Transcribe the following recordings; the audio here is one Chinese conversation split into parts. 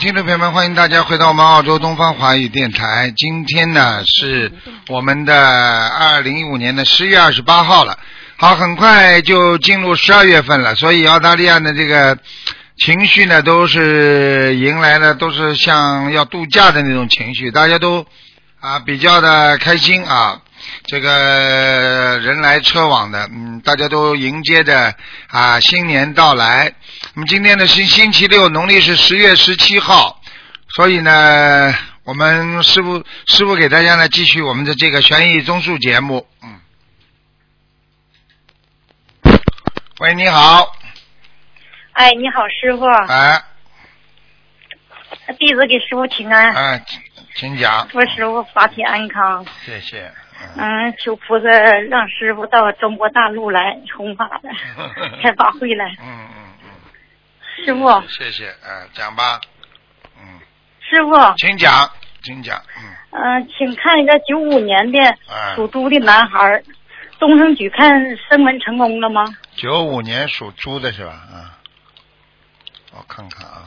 听众朋友们，欢迎大家回到我们澳洲东方华语电台。今天呢是我们的二零一五年的十月二十八号了。好，很快就进入十二月份了，所以澳大利亚的这个情绪呢，都是迎来了都是像要度假的那种情绪，大家都啊比较的开心啊。这个人来车往的，嗯，大家都迎接着啊新年到来。那么今天呢是星期六，农历是十月十七号，所以呢，我们师傅师傅给大家呢继续我们的这个悬疑综述节目。嗯，喂，你好，哎，你好，师傅，哎弟子给师傅请安，哎，请讲，祝师傅法体安康。谢谢。嗯嗯，求菩萨让师傅到中国大陆来弘法 来，开法会来。嗯嗯师傅，嗯，谢谢，哎，讲吧，嗯，师傅，请讲，请讲，嗯，嗯、请看一个九五年的哎。属猪的男孩儿，东升举看升文成功了吗？九五年属猪的是吧？啊，我看看啊，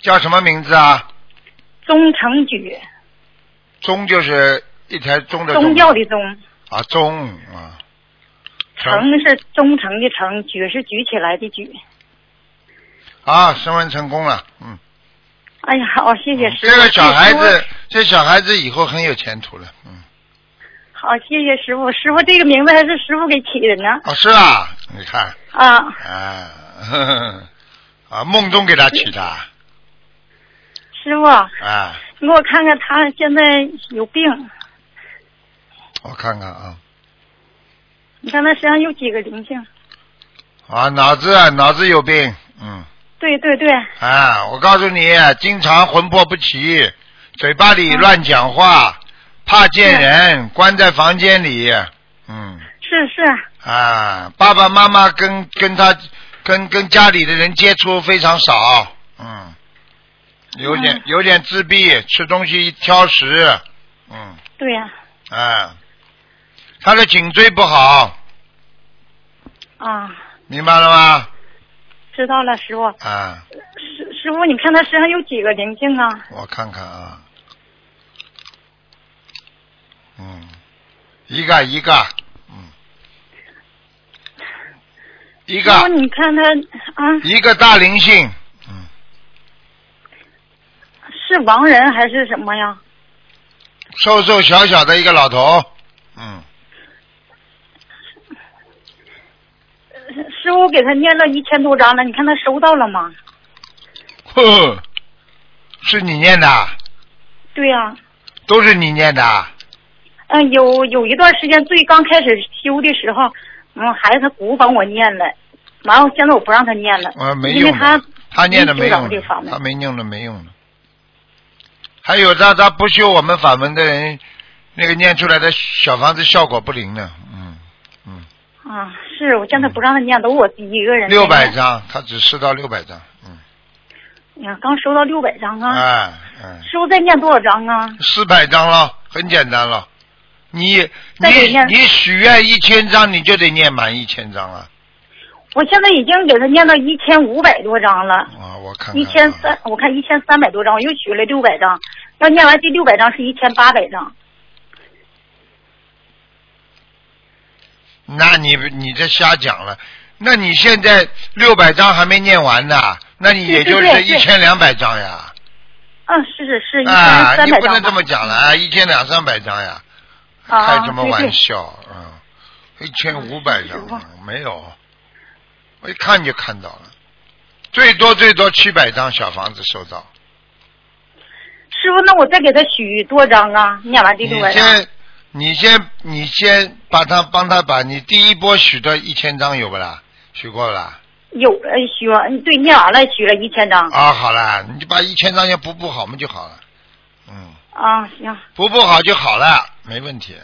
叫什么名字啊？钟成举，钟就是一台钟的宗钟教的宗，啊，钟啊，成成是忠诚的诚，举是举起来的举。啊，升温成功了，嗯，哎呀，好、谢谢嗯师傅。这个小孩师傅子，这小孩子以后很有前途了，嗯，好，谢谢师傅。师傅这个名字还是师傅给起的呢。哦，是啊，你看啊，啊，呵呵啊，梦中给他起的师傅，啊，你给我看看他现在有病，我看看啊，你看他身上有几个灵性？啊，脑子啊，脑子有病，嗯。对对对，啊，我告诉你，经常魂魄不齐，嘴巴里乱讲话，怕见人，关在房间里。嗯，是是，啊，爸爸妈妈跟跟他跟跟家里的人接触非常少。嗯，有点嗯有点自闭，吃东西挑食。嗯，对呀、啊，他的颈椎不好，啊，明白了吗？知道了，师傅。啊，师师傅，你看他身上有几个灵性啊？我看看啊，嗯，一个一个，嗯，一师傅，个你看他啊，一个大灵性，嗯，是亡人还是什么呀？瘦瘦小小的一个老头，嗯，师傅给他念了一千多章了，你看他收到了吗？呵呵，是你念的，啊对呀、都是你念的啊嗯，有有一段时间，最刚开始修的时候，嗯，孩子他姑帮我念了，完了现在我不让他念了，啊没因为用的他他念的没用的没修到这方，面他没用的没用的。还有他他不修我们法门的人，那个念出来的小房子效果不灵的，嗯嗯。啊，是我现在不让他念，都我一个人念六百，张，他只试到六百张，嗯，哎呀，刚收到六百张啊，哎，嗯，师傅再念多少张啊？四百张了，很简单了。你再给你念你许愿一千张，你就得念满一千张了。我现在已经给他念到一千五百多张了，啊，我看看啊一千三，我看一千三百多张，我又取了六百张，要念完这六百张是一千八百张，那你你这瞎讲了。那你现在六百张还没念完呢，那你也就对是对一对千两百张呀。嗯，是是是，一千啊，三你百不张吧能这么讲了啊，一千两三百张呀，啊开什么对对玩笑啊？一千五百张嗯没有，我一看就看到了，最多最多七百张小房子收到。师傅，那我再给他许多张啊？念完这你六百张。先，你先，你先把他帮他把你第一波许的一千张有不啦？许过不啦？有呃许完对念完了许了一千张啊，好啦，你就把一千张先补补好嘛就好了，嗯，啊，行，补补好就好了，没问题。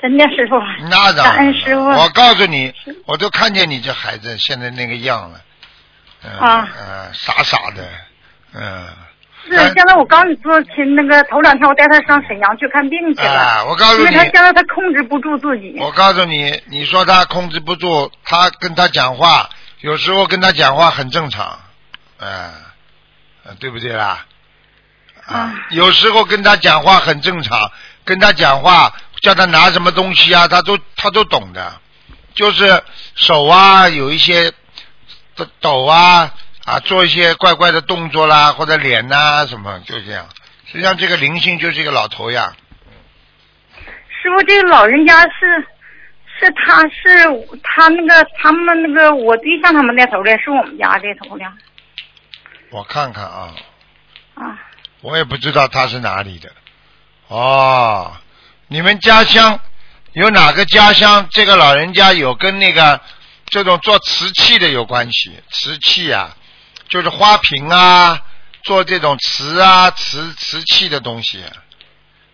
真的师傅，那当然感恩了，师傅我告诉你，我都看见你这孩子现在那个样了，嗯、啊嗯傻傻的，嗯、是现在我刚做亲那个头两天我带他上沈阳去看病去了，啊，我告因诉为你他，现在他控制不住自己，我告诉你，你说他控制不住，他跟他讲话，有时候跟他讲话很正常，嗯，呃对不对啦？啊，有时候跟他讲话很正常，跟他讲话叫他拿什么东西啊，他都他都懂的，就是手啊有一些抖抖啊啊，做一些怪怪的动作啦，或者脸呐、什么，就这样。实际上这个灵性就是一个老头呀，师傅，这个老人家是是他是他那个他们那个我对象他们那头的，是我们家这头的我看看啊，啊。我也不知道他是哪里的。哦，你们家乡有哪个家乡这个老人家有跟那个这种做瓷器的有关系？瓷器啊，就是花瓶啊，做这种瓷啊、瓷瓷器的东西。啊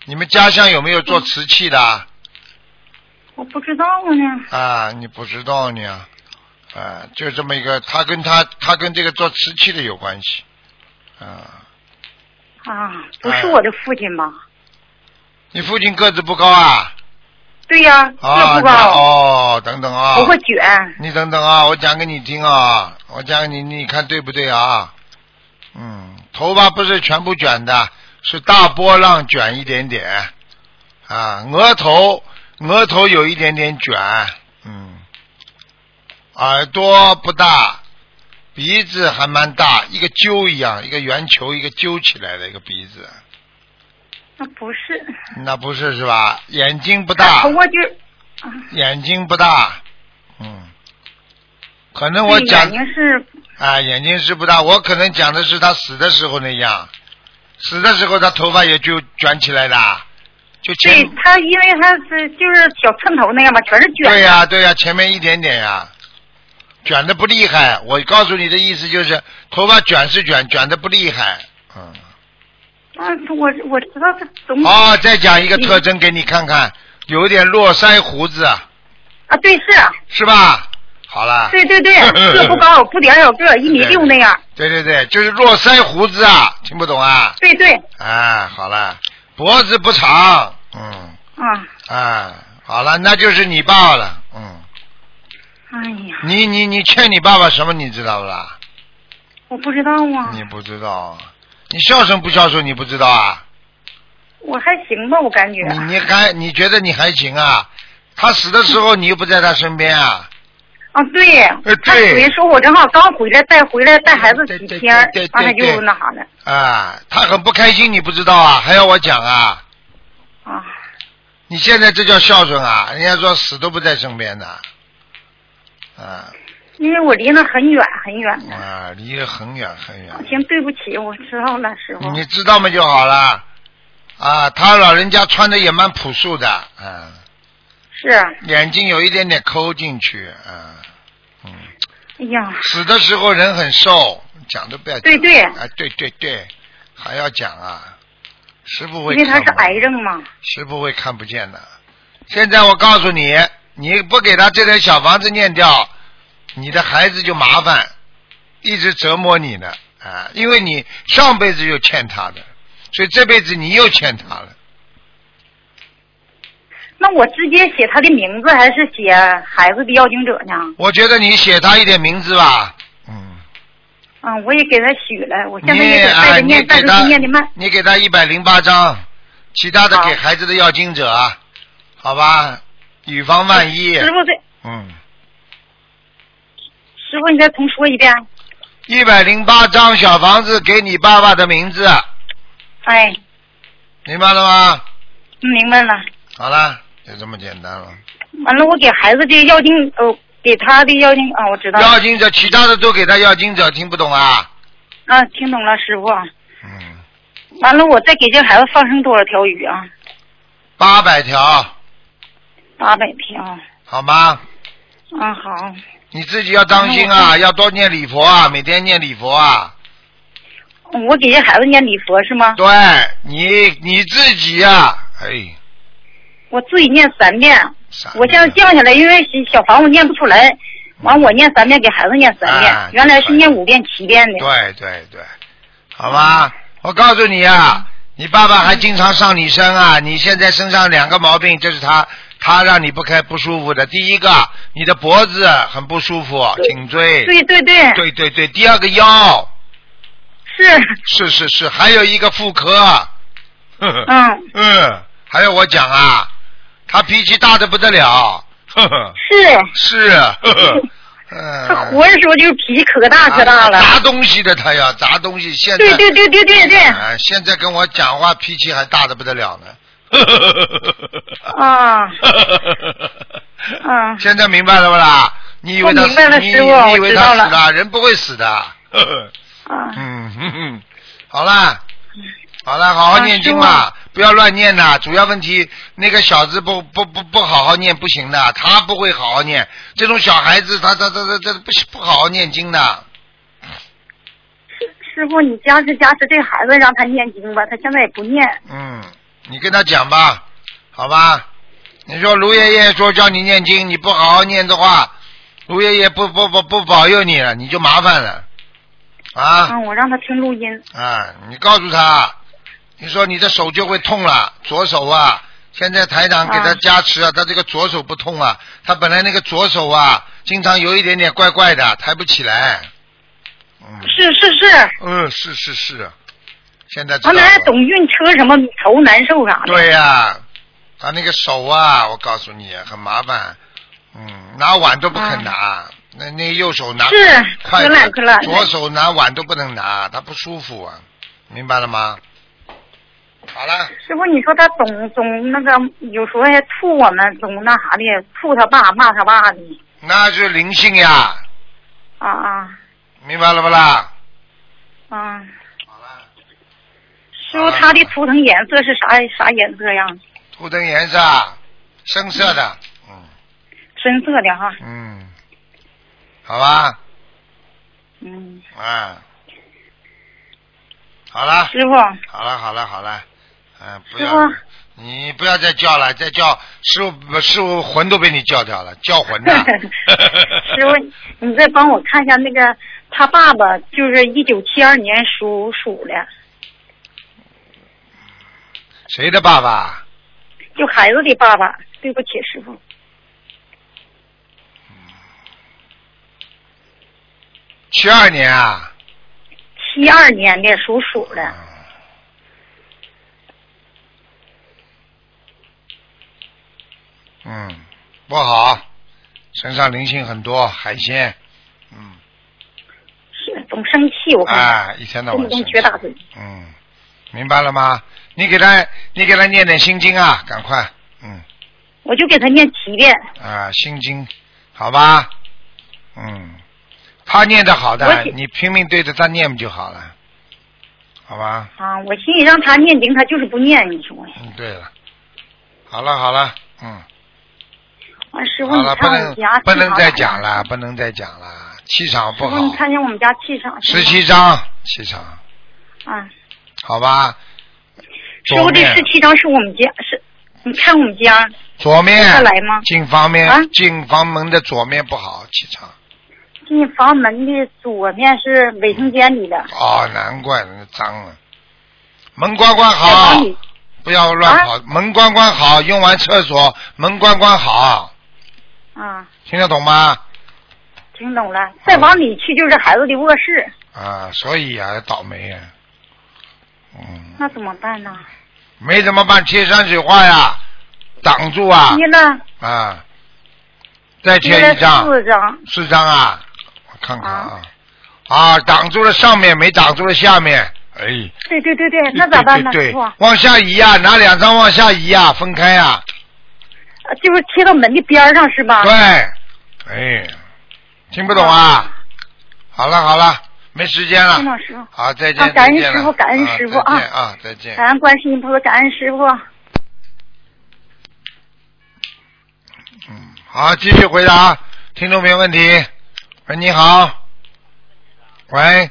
你们家乡有没有做瓷器的啊？我不知道呢。啊，你不知道呢，啊，就这么一个，他跟他他跟这个做瓷器的有关系，啊，啊，不是我的父亲吧？你父亲个子不高啊？对呀、啊，那个不高，哦，等等啊，不会卷。你等等啊，我讲给你听啊，我讲给你，你看对不对啊？嗯，头发不是全部卷的，是大波浪卷一点点，啊，额头额头有一点点卷，嗯，耳朵不大，鼻子还蛮大，一个揪一样，一个圆球，一个揪起来的一个鼻子，那不是，那不是是吧？眼睛不大，头发就是眼睛不大，嗯，可能我对讲眼睛是啊，眼睛是不大，我可能讲的是他死的时候那样，死的时候他头发也就卷起来了，就对前他，因为他是就是小寸头那样吧，全是卷的。对呀、对呀、前面一点点呀、卷的不厉害。我告诉你的意思就是，头发卷是卷，卷的不厉害。嗯，啊，我我知道他总哦，再讲一个特征给你看看，有点络腮胡子，啊，对是，是吧？好了，对对对，嗯个不高，不点儿小个儿，一米六那样。对对对，就是络腮胡子啊，听不懂啊？对对，啊，好了，脖子不长，嗯，啊，啊，好了，那就是你爸爸了，嗯，哎呀，你你你欠你爸爸什么，你知道不啦？我不知道啊，你不知道啊，你孝顺不孝顺你不知道啊？我还行吧，我感觉。啊你你还你觉得你还行啊？他死的时候你又不在他身边啊？啊，对，哎对嗯他属于说我正好刚回来，带回来带孩子对几对天儿对对，完他对就那啥了啊，他很不开心，你不知道啊？还要我讲啊？啊。你现在这叫孝顺啊？人家说死都不在身边的，啊因为我离那很远很远的，啊，离得很远很远。行，对不起，我知道了，师傅。你知道嘛就好了。啊，他老人家穿的也蛮朴素的，啊，是，哎眼睛有一点点抠进去，啊，嗯，哎呀，死的时候人很瘦，讲都不要讲。对对啊，对对对，还要讲啊，师傅会因为他看是不癌，症嘛，师傅会看不见的。现在我告诉你，你不给他这点小房子念掉，你的孩子就麻烦，一直折磨你呢，啊，因为你上辈子又欠他的，所以这辈子你又欠他了。那我直接写他的名字还是写孩子的要经者呢？我觉得你写他一点名字吧，嗯，嗯，我也给他许了，我现在也你得带啊，着你念，但给是他念的慢。你给他一百零八张，其他的好给孩子的要经者，好吧，以防万一师，傅再，嗯，师傅你再重说一遍。一百零八张小房子给你爸爸的名字，哎，明白了吗？明白了。好了，就这么简单了。完了，我给孩子这个要经，呃，给他的要经啊，我知道了。要经者，其他的都给他要经者，听不懂啊？啊，听懂了，师傅。嗯，完了，我再给这孩子放生多少条鱼啊？八百条，八百条。好吗？啊，好，你自己要当心嗯啊，要多念礼佛啊，每天念礼佛啊。我给这孩子念礼佛是吗？对你你自己呀、哎，我自己念三遍，傻我现在降下来，因为小房我念不出来，完我念三遍，给孩子念三遍。啊原来是念五遍、七遍的。对对对，好吧，我告诉你啊，你爸爸还经常上你身啊，你现在身上两个毛病，这是他他让你不开不舒服的。第一个，你的脖子很不舒服，颈椎，对对对对对对，第二个腰，是是是，还有一个妇科。呵呵嗯，嗯，还要我讲啊？他脾气大的不得了。呵呵，是是，呵呵，嗯。他活着时候就是脾气可大可大了。砸东西的他呀，砸东西。现在啊对对对对对对，哎，现在跟我讲话脾气还大的不得了呢。啊啊，现在明白了不啦？你以为他我明白了你师傅你以为他我知道死的？人不会死的。啊嗯哼哼，好啦，好啦，好好啊念经师吧，不要乱念呐。主要问题那个小子不不不不好好念不行的，他不会好好念。这种小孩子，他他他他他不不好好念经的。师傅，你加持加持这孩子，让他念经吧，他现在也不念。嗯，你跟他讲吧，好吧？你说卢爷爷说叫你念经，你不好好念的话，卢爷爷不不不不保佑你了，你就麻烦了啊嗯，我让他听录音。啊！你告诉他，你说你的手就会痛了，左手啊。现在台长给他啊加持啊，他这个左手不痛啊，他本来那个左手啊，经常有一点点怪怪的，抬不起来。嗯是是是，嗯，是是是，现在知道完了还了总晕车什么，头难受啥的。对呀、他那个手啊，我告诉你很麻烦，嗯，拿碗都不肯拿，那那右手拿是，筷可懒可懒子，。左手拿碗都不能拿，他不舒服啊，明白了吗？好了，师傅，你说他总总那个，有时候还吐我们，总那啥的，吐他爸，骂他爸的。那是灵性呀，啊啊明白了不啦？啊！好了，师傅，他的图腾颜色是啥啥颜色呀？图腾颜色啊，深色的，嗯深色的哈。嗯，好吧，嗯，嗯，好了。师傅，好了好了好了，嗯、不师要傅，！你不要再叫了，再叫师傅师傅魂都被你叫掉了，叫魂呐 师傅，你再帮我看一下那个他爸爸，就是一九七二年属鼠的，谁的爸爸？就孩子的爸爸。对不起，师傅。七二年啊，七二年的属鼠的，嗯，不好，身上灵性很多，海鲜，嗯，是总生气，我看哎，一天他到晚动不生动撅大气，嘴。嗯，明白了吗？你给他，你给他念点心经啊，赶快，嗯。我就给他念七遍，啊，心经，好吧，嗯，他念的好我的，写你拼命对着他念不就好了，好吧？啊，我心里让他念经，他就是不念，你说呀？嗯，对了，好了好了，嗯，啊，师傅，好你了，不看我们能家不气能场再咋讲样。了，不能再讲了，气场师不傅，你好，看见我们家气场十行七张气场，吗啊，好吧？师傅左这面十七张是我们家是，你看我们家左面再来吗进房面、啊进房门的左面不好气场，进房门的左面是卫生间里的，哦，难怪那脏了，门关关在好房。里不要乱啊跑，门关关好，用完厕所门关关好，啊，听得懂吗？听懂了。再往里去就是孩子的卧室，啊，所以啊，倒霉啊，嗯，那怎么办呢？没怎么办，贴山水画呀，挡住啊贴了啊，再贴贴了一张，四张，四张啊，我看看啊，啊，挡住了上面，没挡住了下面，哎，对对对对，那咋办呢，对对师傅？对啊，往下移呀、拿两张往下移呀、分开啊呀、呃就是贴到门的边儿上是吧？对，哎，听不懂啊？好了好了，没时间听了。懂师傅。好，再见。啊感恩再见了师傅感恩师傅啊啊再见啊，再见。感恩观世音菩萨，感恩师傅。嗯，好，继续回答听众朋友问题。喂，你好。喂。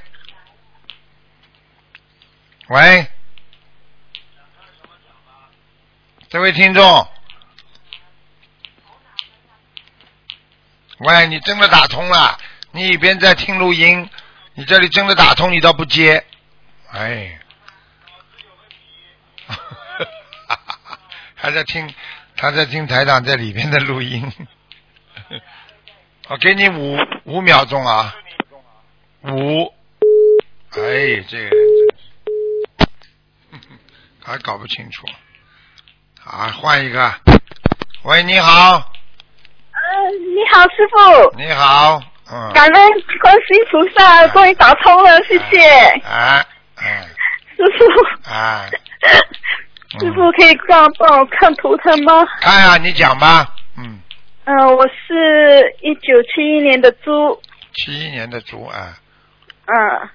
喂。这位听众。喂，你真的打通了？你一边在听录音，你这里真的打通，你倒不接。哎。还在听，他在听台长在里边的录音。我给你啊五五秒钟啊，五。哎，这个人真 还搞不清楚。啊，换一个。喂，你好。呃，你好，师傅。你好。嗯。感恩观世音菩萨，终于打通了，谢谢。哎哎。师傅。哎。 师傅可以帮帮我看图腾吗？看呀，你讲吧。嗯。嗯、呃，我是一九七一年的猪。七一年的猪啊。嗯。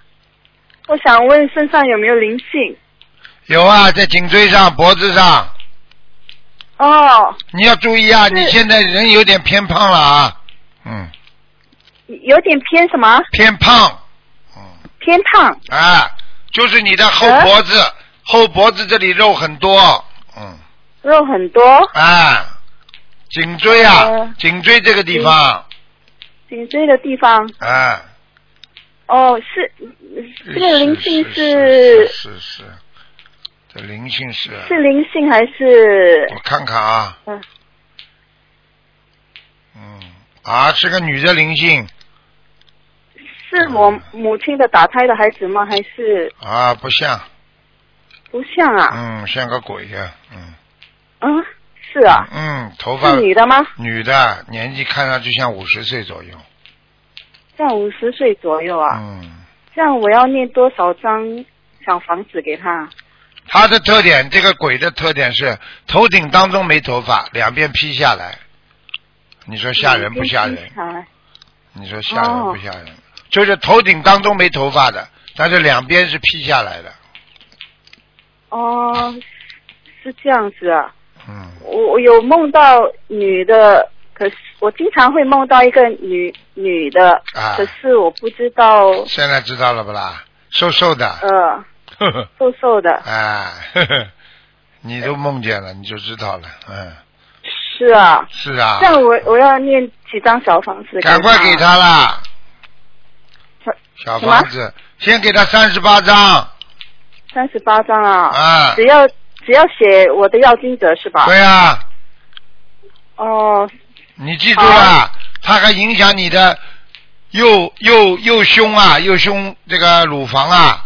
我想问身上有没有灵性？有啊，在颈椎上、脖子上。哦。你要注意啊！你现在人有点偏胖了啊。嗯。有点偏什么？偏胖。嗯。偏胖。啊，就是你的后嗯脖子，呃、后脖子这里肉很多。嗯。肉很多。啊，颈椎啊，嗯呃、颈椎这个地方。颈椎的地方。啊。哦，是嗯这个灵性是是是，这灵性是是灵性还是？我看看啊，嗯，嗯啊，是个女的灵性，是我母亲的打胎的孩子吗？还是啊，不像，不像啊，嗯，像个鬼呀、啊，嗯，嗯，是啊，嗯，头发是女的吗？女的，年纪看上去像五十岁左右。在五十岁左右啊，嗯，这样我要念多少张小房子给他？他的特点，这个鬼的特点是头顶当中没头发，两边披下来。你说吓人不吓人？你说吓人不吓人？嗯哦、就是头顶当中没头发的，但是两边是披下来的。哦，是这样子啊。嗯。我我有梦到女的。可是我经常会梦到一个女女的，啊、可是我不知道。现在知道了不啦？瘦瘦的。呃。瘦瘦的。啊呵呵，你都梦见了，你就知道了，嗯。是啊。是啊。那我我要念几张小房子。赶快给他啦！小房子，先给他三十八张。三十八张啊！啊。只要只要写我的要经者是吧？对啊。哦。你记住了，它还影响你的右右右胸啊，右胸这个乳房啊。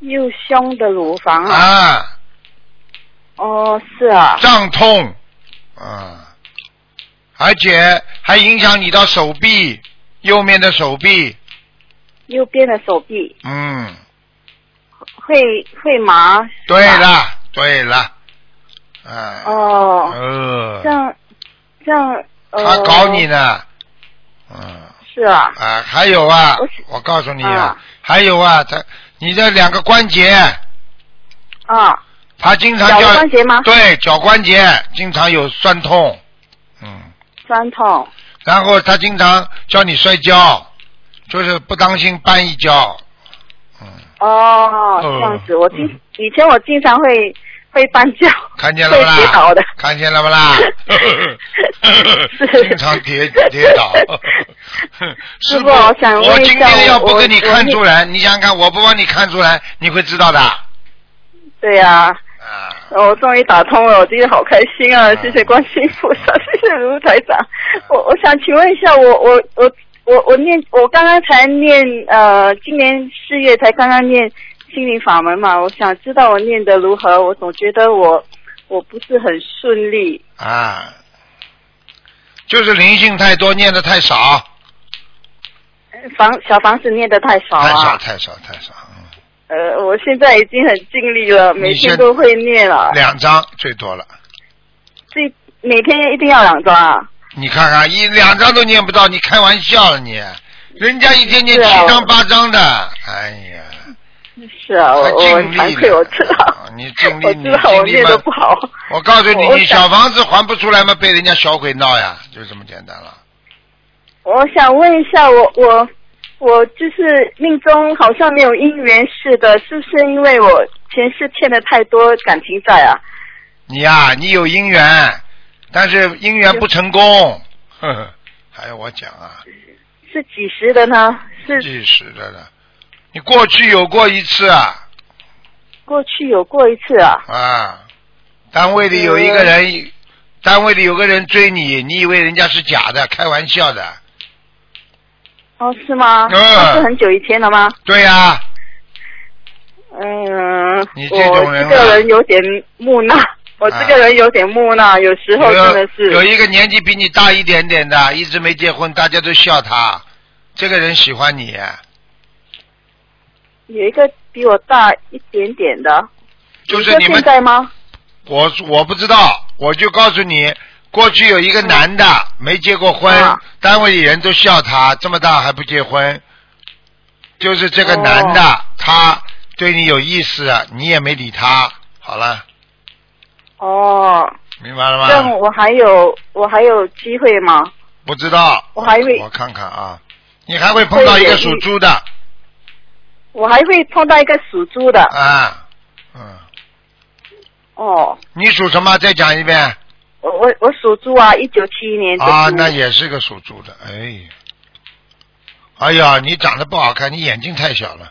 右胸的乳房啊。啊。哦，是啊。胀痛，啊，而且还影响你到手臂，右面的手臂。右边的手臂。嗯。会会麻。对了，对了，啊。哦。呃。这样，这样。呃他搞你呢，嗯，是啊，啊，还有啊，我告诉你啊，还有啊，他你的两个关节，啊，他经常脚关节吗？对，脚关节经常有酸痛，嗯，酸痛，然后他经常叫你摔跤，就是不当心绊一跤，嗯，哦，这样子，我经以前我经常会。会绊跤， 看见了不啦？跌倒的，看见了不 啦？ 经常跌跌倒。师傅，我想我今天要不给你看出来，你想想看，我不帮你看出来，你会知道的。 对呀。啊。我哦终于打通了，我今天好开心啊！谢谢观世音菩萨， 谢谢卢台长。我我想请问一下，我我我我我念，我刚刚才念呃，今年四月才刚刚念。心灵法门嘛，我想知道我念的如何。我总觉得我我不是很顺利啊，就是灵性太多，念的太少。房小房子念的太少啊，太少太少太少。嗯、呃，我现在已经很尽力了，每天都会念了。两张最多了。最每天一定要两张啊！你看看，一两张都念不到，你开玩笑了你？人家一天念七张八张的，哎呀。是啊，我我惭愧，我知道，啊你尽力， 我知道我念的不好。我告诉你，你小房子还不出来嘛，被人家小鬼闹呀，就这么简单了。我想问一下，我我我就是命中好像没有姻缘似的，是不是因为我前世欠的太多感情债啊？你呀、啊，你有姻缘，但是姻缘不成功。呵呵，还要我讲啊？是几时的呢？是几时的呢？你过去有过一次啊？过去有过一次啊。啊，单位里有一个人，嗯、单位里有个人追你，你以为人家是假的，开玩笑的。哦，是吗？嗯。是很久以前了吗？对呀、啊。嗯。你我这种人、啊，啊这个人有点木讷，我这个人有点木讷，有时候真的是有有一个年纪比你大一点点的，一直没结婚，大家都笑他，这个人喜欢你，有一个比我大一点点的，就是你有一个们现在吗？我我不知道，我就告诉你，过去有一个男的、没结过婚，嗯啊单位里人都笑他这么大还不结婚，就是这个哦男的、他对你有意思，啊你也没理他，好了，哦，明白了这样吗？我还有我还有机会吗？不知道，我还会我看看啊，你还会碰到一个属猪的我还会碰到一个属猪的啊，嗯，哦，你属什么？再讲一遍我我我属猪啊，一九七一年的猪啊，那也是个属猪的，哎，哎呀，你长得不好看，你眼睛太小了。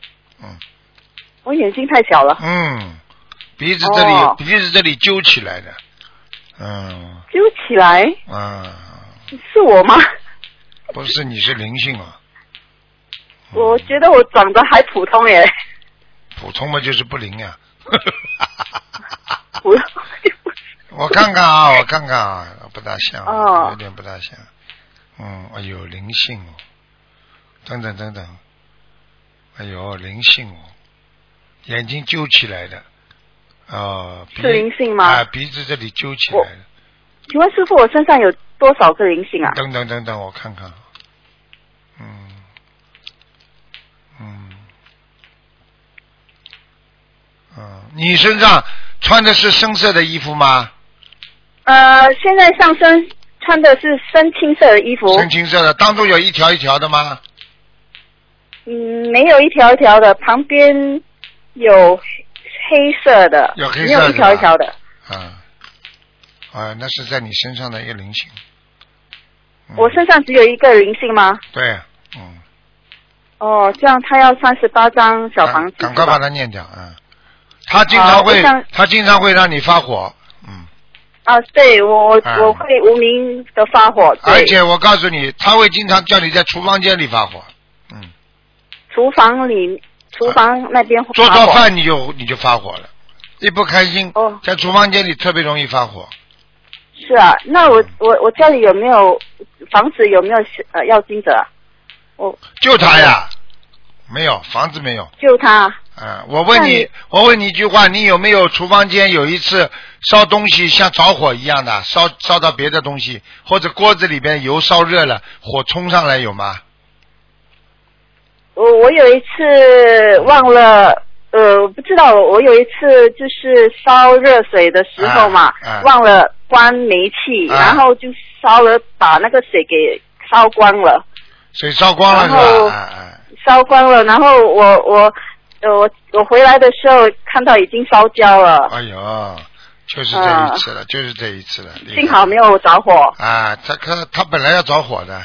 我眼睛太小了，嗯，鼻子这里、哦鼻子这里揪起来的，嗯揪起来啊，是我吗？不是你是灵性啊，嗯我觉得我长得还普 通耶，普通嘛就是不灵啊呀、 普通。我看看 啊，我看看啊，不大像，哦有点不大像，嗯，哎呦灵性哦，等等等等，哎呦灵性哦，眼睛揪起来的，哦，鼻是灵性吗啊，鼻子这里揪起来的。请问师傅，我身上有多少个灵性啊？等等等等，我看看。嗯，嗯，嗯，你身上穿的是深色的衣服吗？呃，现在上身穿的是深青色的衣服，深青色的，当中有一条一条的吗？嗯，没有一条一条的，旁边有黑色的，有黑色的没有一条一条的。啊，啊，那是在你身上的一个菱形。嗯我身上只有一个灵性吗？对，嗯，哦，这样他要三十八张小赶房子赶是快把吧？它念掉啊！他经常啊会我想，他经常会让你发火，嗯。啊，对我我、啊我会无名的发火，而对，且我告诉你，他会经常叫你在厨房间里发火，嗯，厨房里厨房那边会做发做火。饭你就你就发火了，一不开心，哦在厨房间里特别容易发火。是啊，那我我我家里有没有房子有没有呃要金者啊？我就他呀，嗯没有房子没有，救他啊。啊、我问那你你，我问你一句话，你有没有厨房间有一次烧东西像着火一样的，烧烧到别的东西，或者锅子里边油烧热了，火冲上来有吗？呃我我有一次忘了，呃，我不知道，我有一次就是烧热水的时候嘛，啊啊忘了关煤气，啊然后就烧了，把那个水给烧光了，水烧光了是然后吧？哎哎，烧光了，然后我我。呃，我我回来的时候看到已经烧焦了，哎呦，就是这一次了，就是这一次了。厉害啊幸好没有着火。啊，他他他本来要着火的，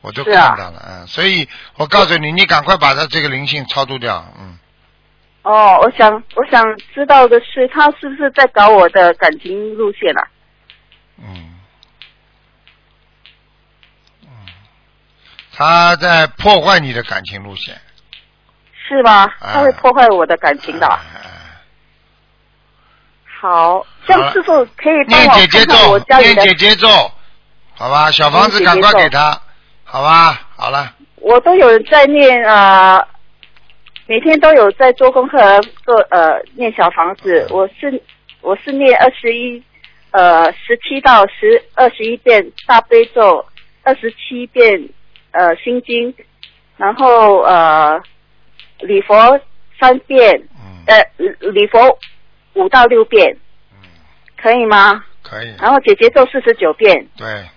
我都是看啊到了，嗯，所以我告诉你，你赶快把他这个灵性超度掉，嗯，哦，我想我想知道的是，他是不是在搞我的感情路线啊？嗯，嗯，他在破坏你的感情路线，是吧？啊他会破坏我的感情的啊。哎哎好，这样师傅可以帮念我姐姐看看我咒，家里念的，姐姐咒，好吧，小房子念赶姐姐快给咒他，好吧，好了，我都有在念啊、呃每天都有在做功课做呃念小房子，我是我是念二十一呃十七到十二十一遍大悲咒，二十七遍呃心经，然后呃礼佛三遍，嗯，呃礼佛五到六遍，嗯，可以吗？可以，然后姐姐咒四十九遍。对，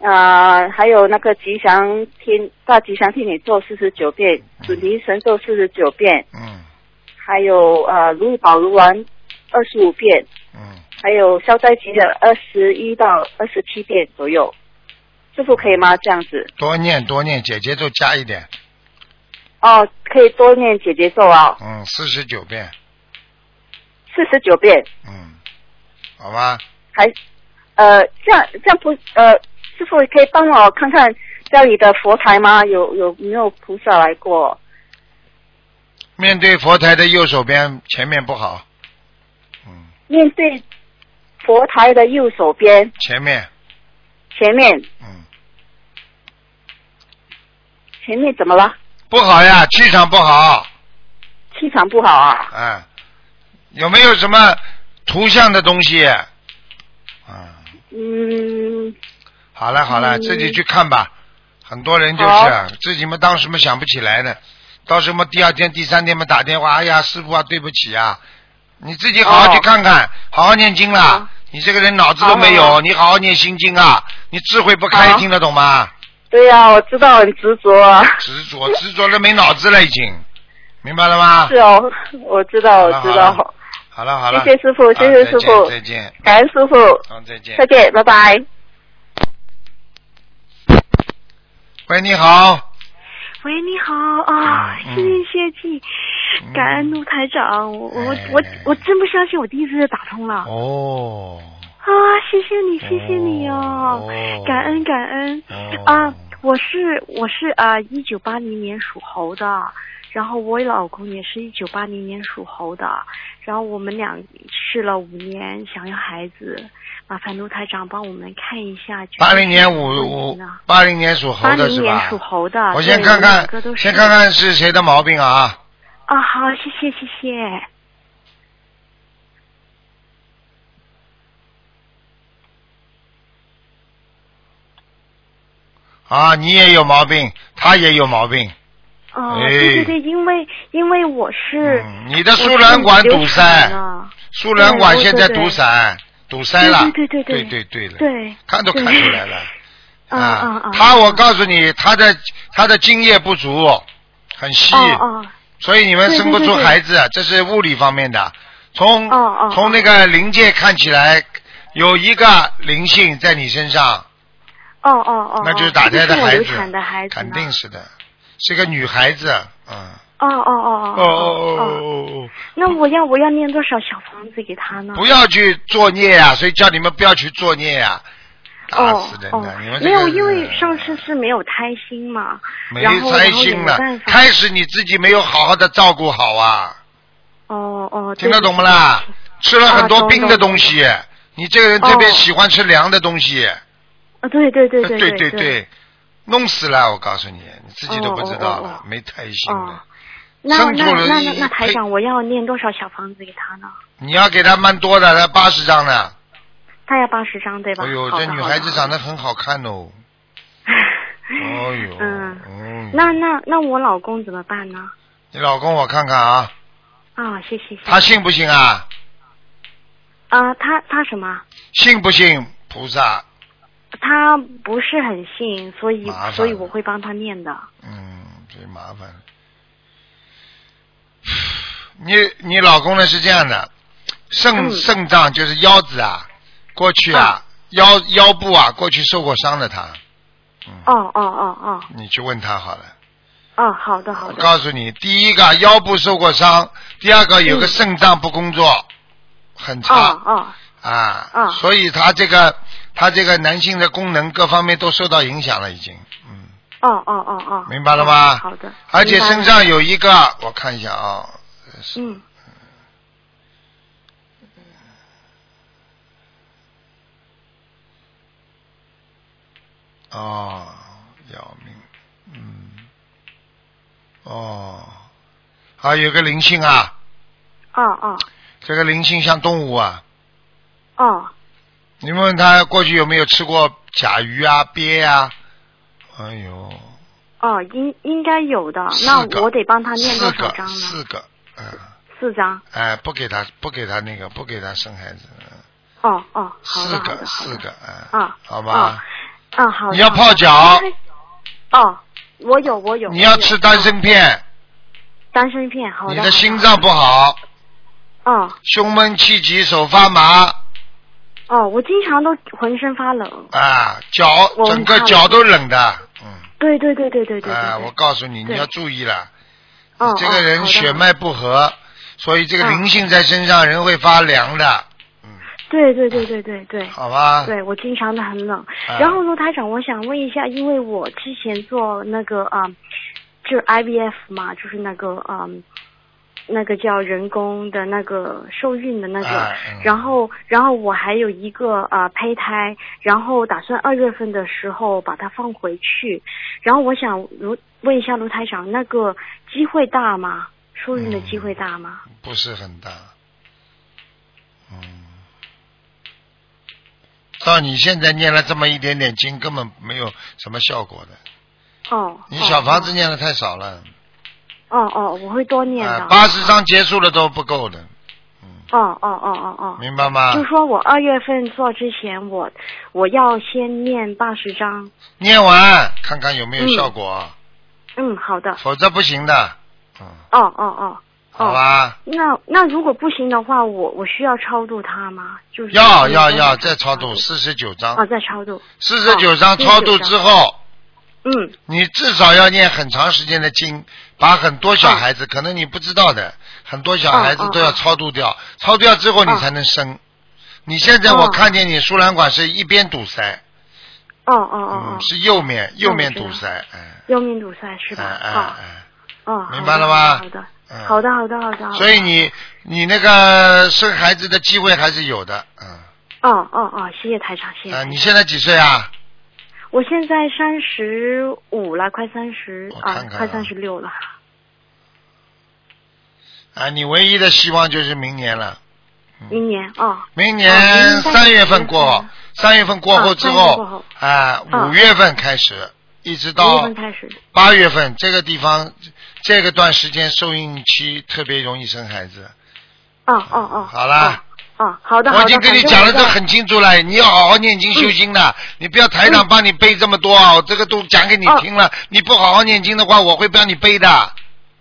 嗯，啊、还有那个吉祥天大吉祥天女咒四十九遍，准提神咒四十九遍，嗯，还有呃如意宝如丸二十五遍，嗯，还有消灾吉的二十一到二十七遍左右，师傅可以吗？这样子多念多念，姐姐咒加一点，哦，可以多念姐姐咒啊，嗯，四十九遍。四十九遍，嗯，好吧，还呃这样这样不呃师傅可以帮我看看家里的佛台吗？有有没有菩萨来过？面对佛台的右手边，前面不好，嗯，面对佛台的右手边前面，前面，嗯，前面怎么了？不好呀，气场不好，气场不好啊？嗯，有没有什么图像的东西？嗯，嗯，好了好了，嗯自己去看吧。很多人就是好自己嘛，当时嘛想不起来的，到时候嘛第二天、第三天嘛打电话，哎呀，师傅啊，对不起啊，你自己好好哦去看看，好好念经啦好。你这个人脑子都没好好有，好你好好念心经啊，你智慧不开，哦好听得懂吗？对呀、我知道很执着啊。执着，执着的没脑子了已经，明白了吗是？哦，我知道，好我了知啊好了道。好了好了，谢谢师傅啊谢谢再师见傅再见，感恩师傅，好再见再。见，拜拜。喂，你好，喂，你好啊，嗯谢天谢地，感恩卢台长，我我哎我我真不相信我第一次就打通了哦，啊！谢谢你，谢谢你哦，哦感恩感恩哦啊！我是我是啊，一九八零年属猴的，然后我老公也是一九八零年属猴的，然后我们俩试了五年，想要孩子，麻烦卢台长帮我们看一下。八零年五五五八零年属猴八的零是年吧属？猴的，我对先看们两看个都，是先看看是谁的毛病啊？啊，好，谢谢谢谢。啊，你也有毛病，他也有毛病。哦，哎对对对，因为因为我是、哎嗯，你的输卵管堵塞，输卵管现在堵塞，堵塞了。对对对对对对了，对，看都看出来了。嗯嗯啊嗯，他我告诉你，他的他的精液不足，很细哦，哦所以你们生不对出对对对孩子，这是物理方面的。从哦哦从那个灵界看起来，有一个灵性在你身上，哦哦哦，那就是打胎这个是我孩流子产的孩，子呢，肯定是的，是个女孩子，嗯。哦哦哦哦哦哦，哦那我要我要念多少小房子给他呢？不要去作孽呀、所以叫你们不要去作孽呀、打哦死人的！哦你们，这没个嗯有，因为人上次是没有胎心嘛，没然后开然后也心没了办，法，开始你自己没有好好的照顾好啊，哦哦，听对得不懂不起啦？对不起吃了很啊多懂冰的懂东西，你这个人特别喜欢吃凉的东西，啊，对对对对对对对，弄死了！我告诉你，你自己都不知道了，哦哦哦哦没开心了。哦，那生那出了那一那那台呸长，我要念多少小房子给他呢？你要给他蛮多的，他八十张呢。大概八十张对吧？哎呦，好这的女孩子 长。好得的很好看哦。好哎的呦，嗯，嗯，那那那我老公怎么办呢？你老公我看看啊，啊，谢谢谢谢。他信不信啊？啊，他他什么？信不信菩萨？他不是很信，所以麻烦所以了我会帮他念的。嗯，这麻烦 了。你你老公呢是这样的，肾嗯肾脏就是腰子啊，过去啊腰腰部啊，过去受过伤的他，嗯哦哦哦哦你去问他好了。哦，好的好我的。告诉你，第一个啊腰部受过伤，第二个有个嗯肾脏不工作，很哦差、哦啊，嗯所以他这个他这个男性的功能各方面都受到影响了，已经，嗯，哦哦哦哦。明白了吗好的。而且明白了身上有一个，我看一下啊，嗯哦，要命，嗯，哦，还有个灵性啊，哦哦这个灵性像动物啊，哦你问问他过去有没有吃过甲鱼啊、鳖啊？哎呦，哦，应应该有的。四那个我得帮他念多四少个张呢？四个，嗯，四张。哎，不给他，不给他那个，不给他生孩子，嗯哦哦，好四的好个的好四的。个，嗯，啊，好吧，啊，好的。你要泡脚好的哦，我有，我有。你要我有吃丹参片，丹参片，好你的的心脏不好，哦胸闷气急，手发麻哦，我经常都浑身发冷。啊，脚我整个看了脚都冷的，嗯，对对对对对对对。啊，对我告诉你，你对要注意了，哦你这个哦人好的血脉不和，所以这个嗯灵性在身上，人会发凉的，嗯对对对对对对。好吧？对，我经常的很冷。啊然后卢台长，我想问一下，因为我之前做那个啊、呃就是 IVF 嘛，就是那个嗯那个叫人工的那个受孕的那个，哎嗯然后然后我还有一个呃胚胎，然后打算二月份的时候把它放回去，然后我想如问一下卢台长，那个机会大吗？嗯受孕的机会大吗？不是很大。嗯，到你现在念了这么一点点经，根本没有什么效果的。哦，你哦小房子念的太少了，哦哦，我会多念的啊，。八十章结束了都不够的，哦哦哦哦哦。明白吗就？说我二月份做之前，我我要先念八十章。念完看看有没有效果，啊嗯，好的。否则不行的。嗯，哦哦哦。好吧，那那如果不行的话，我我需要超度他吗？就是嗯要要要，再超度四十九章啊，，再超度。四十九章哦49超度之后，嗯你至少要念很长时间的经，把很多小孩啊子，可能你不知道的，很多小孩子哦哦都要超度掉，超度掉之啊后你才能生。你现在我哦看见你输卵管是一边堵塞，哦哦哦哦嗯，，是右面右面那我堵知道塞，哎，右面堵塞是啊吧？哎哎啊哎。哦，好的明白了吗好的，嗯好的，好的，好的。好的所以你你那个生孩子的机会还是有的，嗯，哦哦哦，谢谢台长，谢谢啊，台长。你现在几岁啊？我现在三十五了，快三十我啊看，看啊快三十六了。啊，你唯一的希望就是明年了，嗯明年哦，明年哦明年三月份过后嗯，三月份过后哦之三月份过后后，啊，嗯五月份开始一直五月到份开始。八月份，这个地方这个段时间受孕期特别容易生孩子，哦哦哦。好啦哦。哦，好的好我的。已经跟你反正讲我的在都很清楚了，你要好好念经修心的，你不要台长帮你背这么多啊，我这个都讲给你哦听了，你不好好念经的话，我会帮你背的。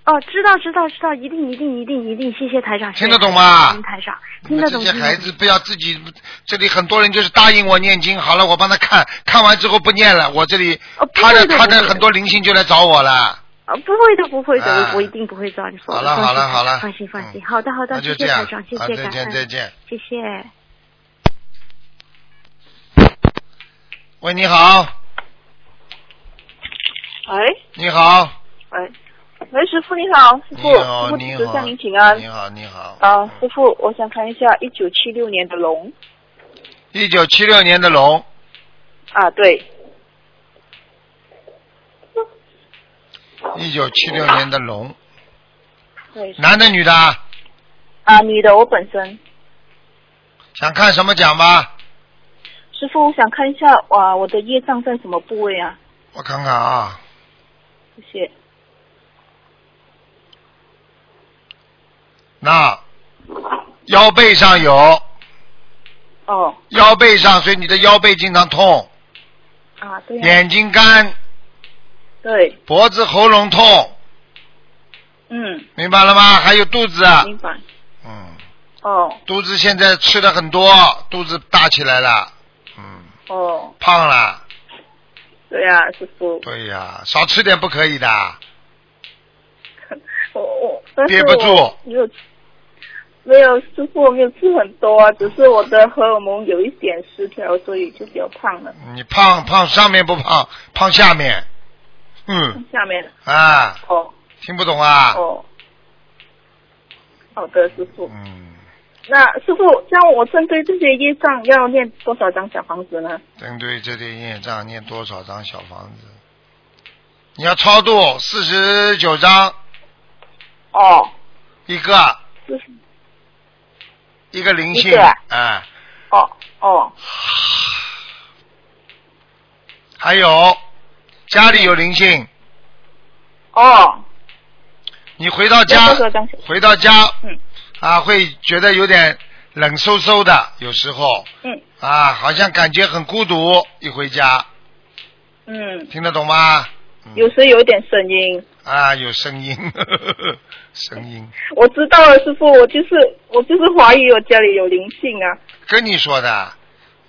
哦，知道知道知道，一定一定一定一定，谢谢台长。听得懂吗谢谢台长，你听们得这懂。些听得孩懂子不要自己，这里很多人就是答应我念经，好了，我帮他看看完之后不念了，我这里、哦不他的会的他不的会的很多灵性就来找我了。啊，不会的，不会的，啊我我一定不会找你说的。好了放好心了好了，放心放心，嗯好的好那的，就谢这谢样台长，谢，好，谢再感见恩，再见。谢谢。喂，你好，喂你好，喂哎喂，师傅你好，师你傅，好，你师傅，向好，您请安你。好，你好。啊，师傅，我想看一下一九七六年的龙一九七六年的龙，啊，对，一九七六年的龙，对男的女的啊？啊，女的，我本身。想看什么讲吧？师傅，我想看一下哇，我的业障在什么部位啊？我看看啊，谢谢。那腰背上有，哦，腰背上，所以你的腰背经常痛，啊，对呀、眼睛干，对，脖子喉咙痛，嗯，明白了吗？还有肚子，啊明白。嗯，哦肚子现在吃了很多，肚子大起来了，嗯，哦，胖了，对呀、师傅，对呀、少吃点不可以的，我哦我但憋是不住我没有没有师傅，我没有吃很多啊，只是我的荷尔蒙有一点失调，所以就比较胖了。你胖胖上面不胖，胖下面，嗯下面啊，哦听不懂啊？哦，好的，师傅。嗯，那师傅，像我针对这些业障要念多少张小房子呢？针对这点业障念多少张小房子？你要超度四十九张哦，一个，四十一个灵性一个啊啊，哦哦还有家里有灵性，哦，你回到要家多少张小？回到家，嗯啊，会觉得有点冷飕飕的，有时候嗯啊，好像感觉很孤独，一回家嗯，听得懂吗？嗯有时有一点声音，啊，有声音， 声音，我知道了，师傅，我就是我就是怀疑我家里有灵性啊。跟你说的，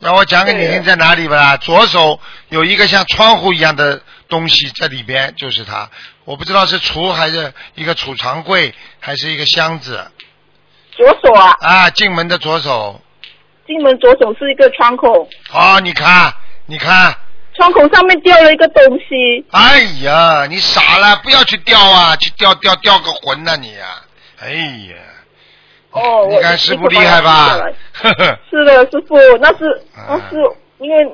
让我讲给你对啊听在哪里吧啦。左手有一个像窗户一样的东西在里边，就是它，我不知道是橱还是一个储藏柜，还是一个箱子左手啊，啊。进门的左手，进门左手是一个窗口，哦，你看，你看，窗口上面掉了一个东西。哎呀，你傻了，不要去钓啊，去钓钓钓个魂呐、你呀、哎呀，哦，你看师傅厉害吧？呵呵，是的，师傅，那是啊那是因为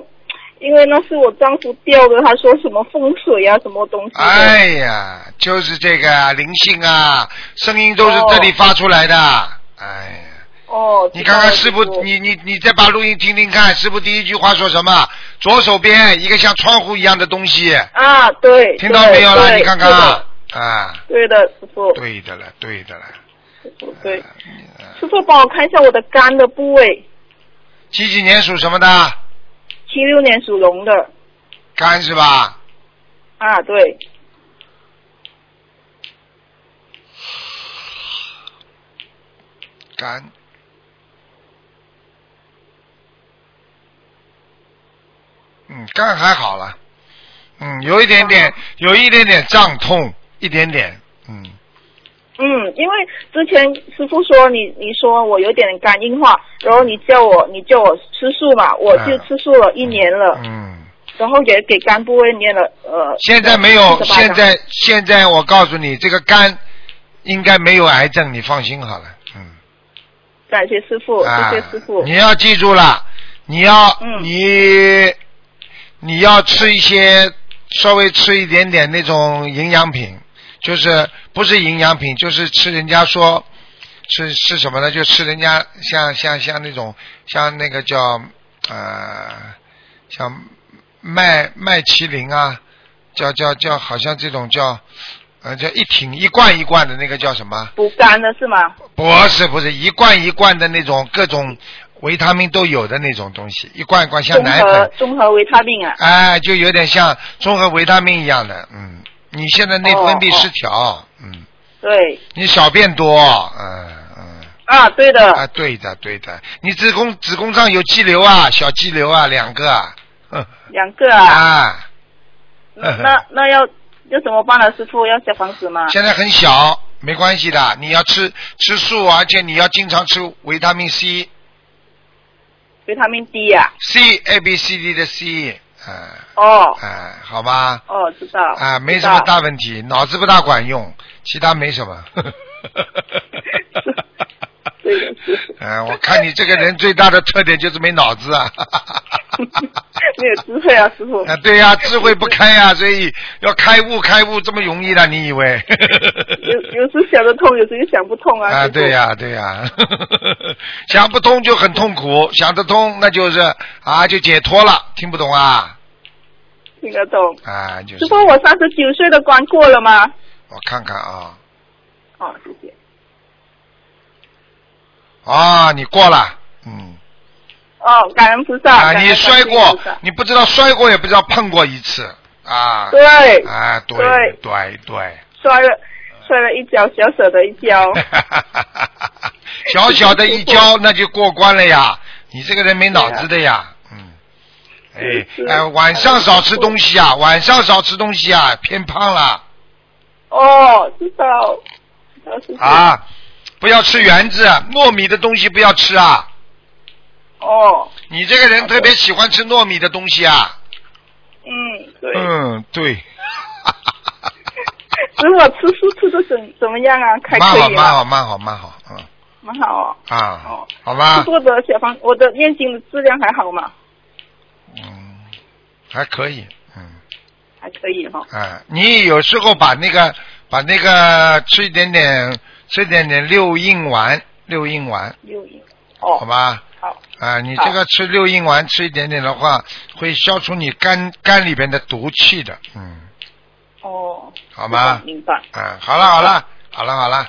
因为那是我丈夫掉的，他说什么风水啊，什么东西的。 哎呀，就是这个啊灵性啊，声音都是这里发出来的。哎呀，哦，你看看师傅知道了，你你你再把录音听听看，师傅第一句话说什么？左手边一个像窗户一样的东西，啊，对，听到没有啦？对你看看啊，啊，对的，对的师傅，对的了，对的了，师傅对，师傅帮我看一下我的肝的部位，几几年属什么的？七六年属龙的，肝是吧？啊，对，肝。嗯，肝还好了，嗯，有一点哦点，有一点点胀痛，一点点，嗯，嗯，因为之前师傅说你，你说我有点肝硬化，然后你叫我，你叫我吃素嘛，我就吃素了一年了，嗯，然后也给肝部位念了呃，现在没有， 48现在现在我告诉你，这个肝应该没有癌症，你放心好了，嗯，感谢师傅，啊谢谢师傅，你要记住了，你要、嗯你你要吃一些稍微吃一点点那种营养品，就是不是营养品，就是吃人家说吃吃什么呢？就吃人家像像像那种像那个叫呃像麦麦淇淋啊，叫叫叫好像这种叫呃叫一挺一罐一罐的那个叫什么？补肝的是吗？不是不是，一罐一罐的那种各种维他命都有的那种东西，一罐一罐像综奶合粉，综合维他命啊，哎，就有点像综合维他命一样的，嗯。你现在内分哦泌失调，嗯，对，你小便多，嗯嗯，啊，对的，啊，对的对的，你子宫子宫上有肌瘤啊，小肌瘤啊，两个啊，哼两个啊，啊，那那要要怎么办呢？师傅要小房子吗？现在很小，没关系的，你要吃吃素，而且你要经常吃维他命 C 维他命 D 啊呀、 C A B C D 的 C，嗯、哦哎，好吧，哦，知道啊，没知什道么大问题，脑子不大管用，其他没什么。对的师傅。 嗯，我看你这个人最大的特点就是没脑子啊。没有智慧啊，师傅。啊，对呀、智慧不开呀、所以要开悟，开悟这么容易的，你以为？有有时想得通，有时又想不通啊。啊，师傅对、呀、对呀、 想不通就很痛苦，想得通那就是啊，就解脱了。听不懂啊？听得懂。啊，就是师傅，我三十九岁的关过了吗？我看看啊，哦，谢谢。啊，你过了，嗯。哦，感恩菩萨。啊，感恩你摔感恩过菩萨，你不知道摔过，也不知道碰过一次啊。对，啊，对对对对，摔了摔了一跤，小小的一跤。小小的一 跤那就过关了呀。你这个人没脑子的呀，嗯。哎是哎，晚上少吃东西啊，晚上少吃东西啊，偏胖了哦，知道。知道师傅。。啊！不要吃圆子，糯米的东西不要吃啊。哦，你这个人特别喜欢吃糯米的东西啊。嗯，对。 嗯，对。师傅，吃素吃的怎怎么样啊？还 蛮可好，以蛮吗？好，蛮好，蛮好，嗯蛮好哦。啊哦，好吧师。傅的小房，我的念经的质量还好吗？嗯，还可以，嗯，还可以哈、哦。啊，你有时候把那个把那个吃一点点吃一点点六应丸，六应丸，六一。好哦，吧？好。啊，你好这个吃六应丸吃一点点的话，会消除你肝肝里边的毒气的，嗯，哦。好吗？明白。啊，好了好了好了好了，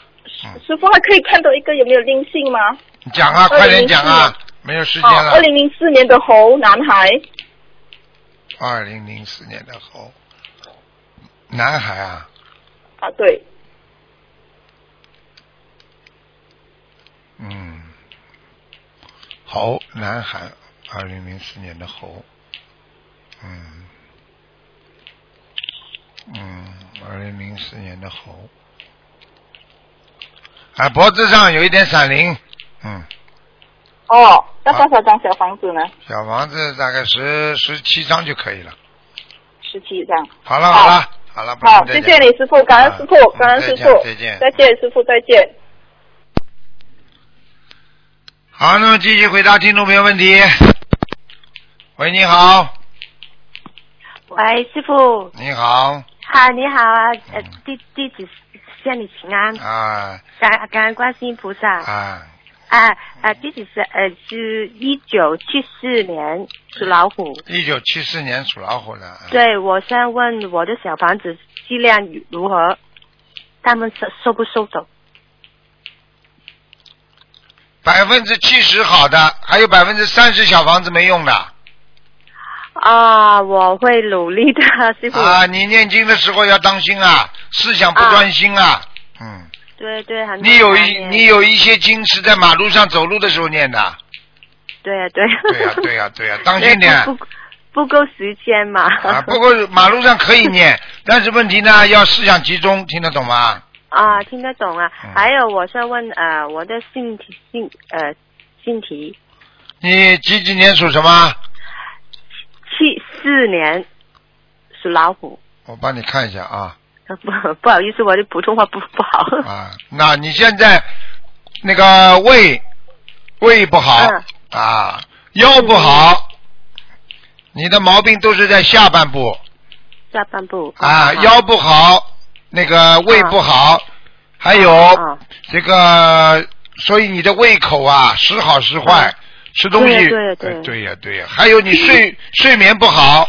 师傅还可以看到一个有没有灵性吗？你讲啊， 2004快点讲啊，没有时间哦，了二。零零四年的猴男孩，二零零四年的猴，男孩啊，啊对，嗯，猴，男孩，二零零四年的猴，嗯，嗯，二零零四年的猴，啊，脖子上有一点闪灵，嗯，哦，那多少张小房子呢？小房子大概十十七张就可以了。十七张。好了，好好了，好了，不能好，再谢讲谢你师傅，感恩师傅啊，感恩师傅嗯，再见再见再见师傅，再见。好，那么继续回答听众朋友问题。喂，你好，喂，师傅，你好，嗨，你好啊，呃，弟弟子向你请安，啊感感恩观世音菩萨。啊，啊啊，弟子是呃是一九七四年属老虎。一九七四年属老虎的，啊对，我想问我的小房子质量如何？他们收收不收走？百分之七十好的，还有百分之三十小房子没用的啊，我会努力的，师傅。啊！你念经的时候要当心啊，思想不专心啊，嗯。对对，很你有一一你有一些经是在马路上走路的时候念的，对呀对呀对 呀、对呀、对呀、当心点不不不够时间嘛。啊！不过马路上可以 念，但是问题呢，要思想集中，听得懂吗？啊，听得懂啊。嗯还有，我想问呃，我的性体性呃性题你几几年属什么？七四年属老虎， 我帮你看一下啊呃不不好意思，我的普通话不不好。 啊！那你现在那个胃胃不好、嗯啊，腰不好，你的毛病都是在下半部下半部啊，腰不好，那个嗯胃不好，还有。啊这个，所以你的胃口啊，时好时坏，吃东西，嗯对对呃对呀、对呀、还有你 睡睡眠不好，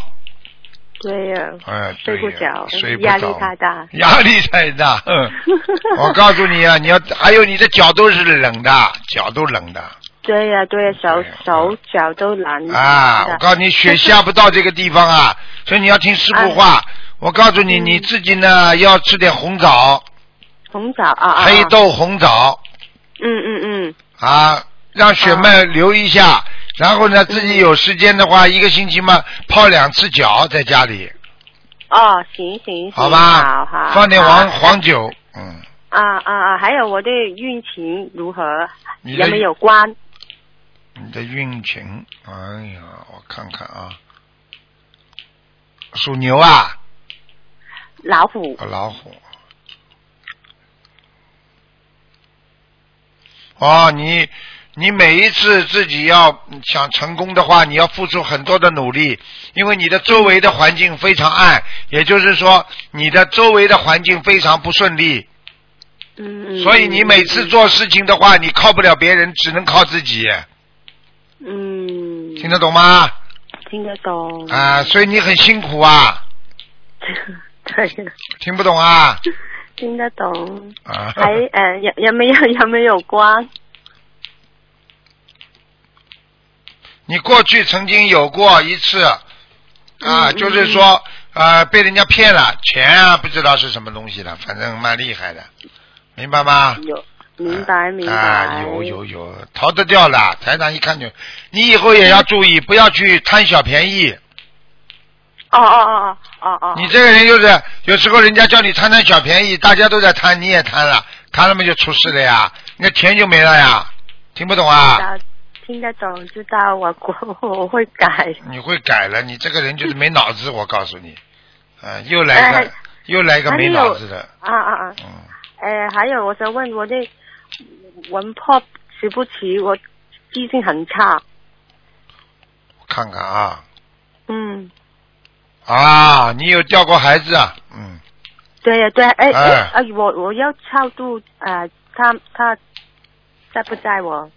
对呀，哎、睡不对呀着，睡不着，压力太，大。压力太大。嗯 我告诉你啊，你要还有你的脚都是冷的，脚都冷的对呀对呀，手对呀手脚都难啊！我告诉你，血下不到这个地方 啊，所以你要听师傅话。我告诉你，啊嗯你自己呢要吃点红枣、红枣啊啊，啊黑。豆红枣嗯嗯嗯，啊，让血脉流一下。然后嗯呢，自己有时间的话，一个星期嘛，泡两次脚在家里，哦，行行行，好吧？好好，放点黄好黄酒，嗯，啊啊啊！还有我的运情如何？你的有没有关？你的运情，哎呀，我看看啊，属牛啊，老虎啊老虎。哦，你你每一次自己要想成功的话，你要付出很多的努力，因为你的周围的环境非常暗，也就是说你的周围的环境非常不顺利，嗯，嗯所以你每次做事情的话，你靠不了别人，只能靠自己，嗯听得懂吗？听得懂啊，所以你很辛苦啊， 对，听不懂啊？听得懂。啊，还呃有有没有 有没有关？你过去曾经有过一次，啊，嗯就是说，呃，被人家骗了钱啊，不知道是什么东西了，反正蛮厉害的，明白吗？有，明白明啊，白。有有有，逃得掉了。台长一看就，你以后也要注嗯意，不要去贪小便宜。哦哦哦哦哦哦。你这个人就是，有时候人家叫你贪贪小便宜，大家都在贪，你也贪了，贪了嘛就出事了呀，那钱就没了呀，听不懂啊？知道听得懂，知道我 我我会改。你会改了，你这个人就是没脑子，我告诉 你，啊，又来一个，哎又来一个没脑子的，啊啊啊！嗯，呃，还有我想问我的文破起不起？我记性很差。我看看啊，嗯。啊，你有掉过孩子啊，嗯，对呀、对、哎哎哎哎，我我要超度呃，他他在不在我？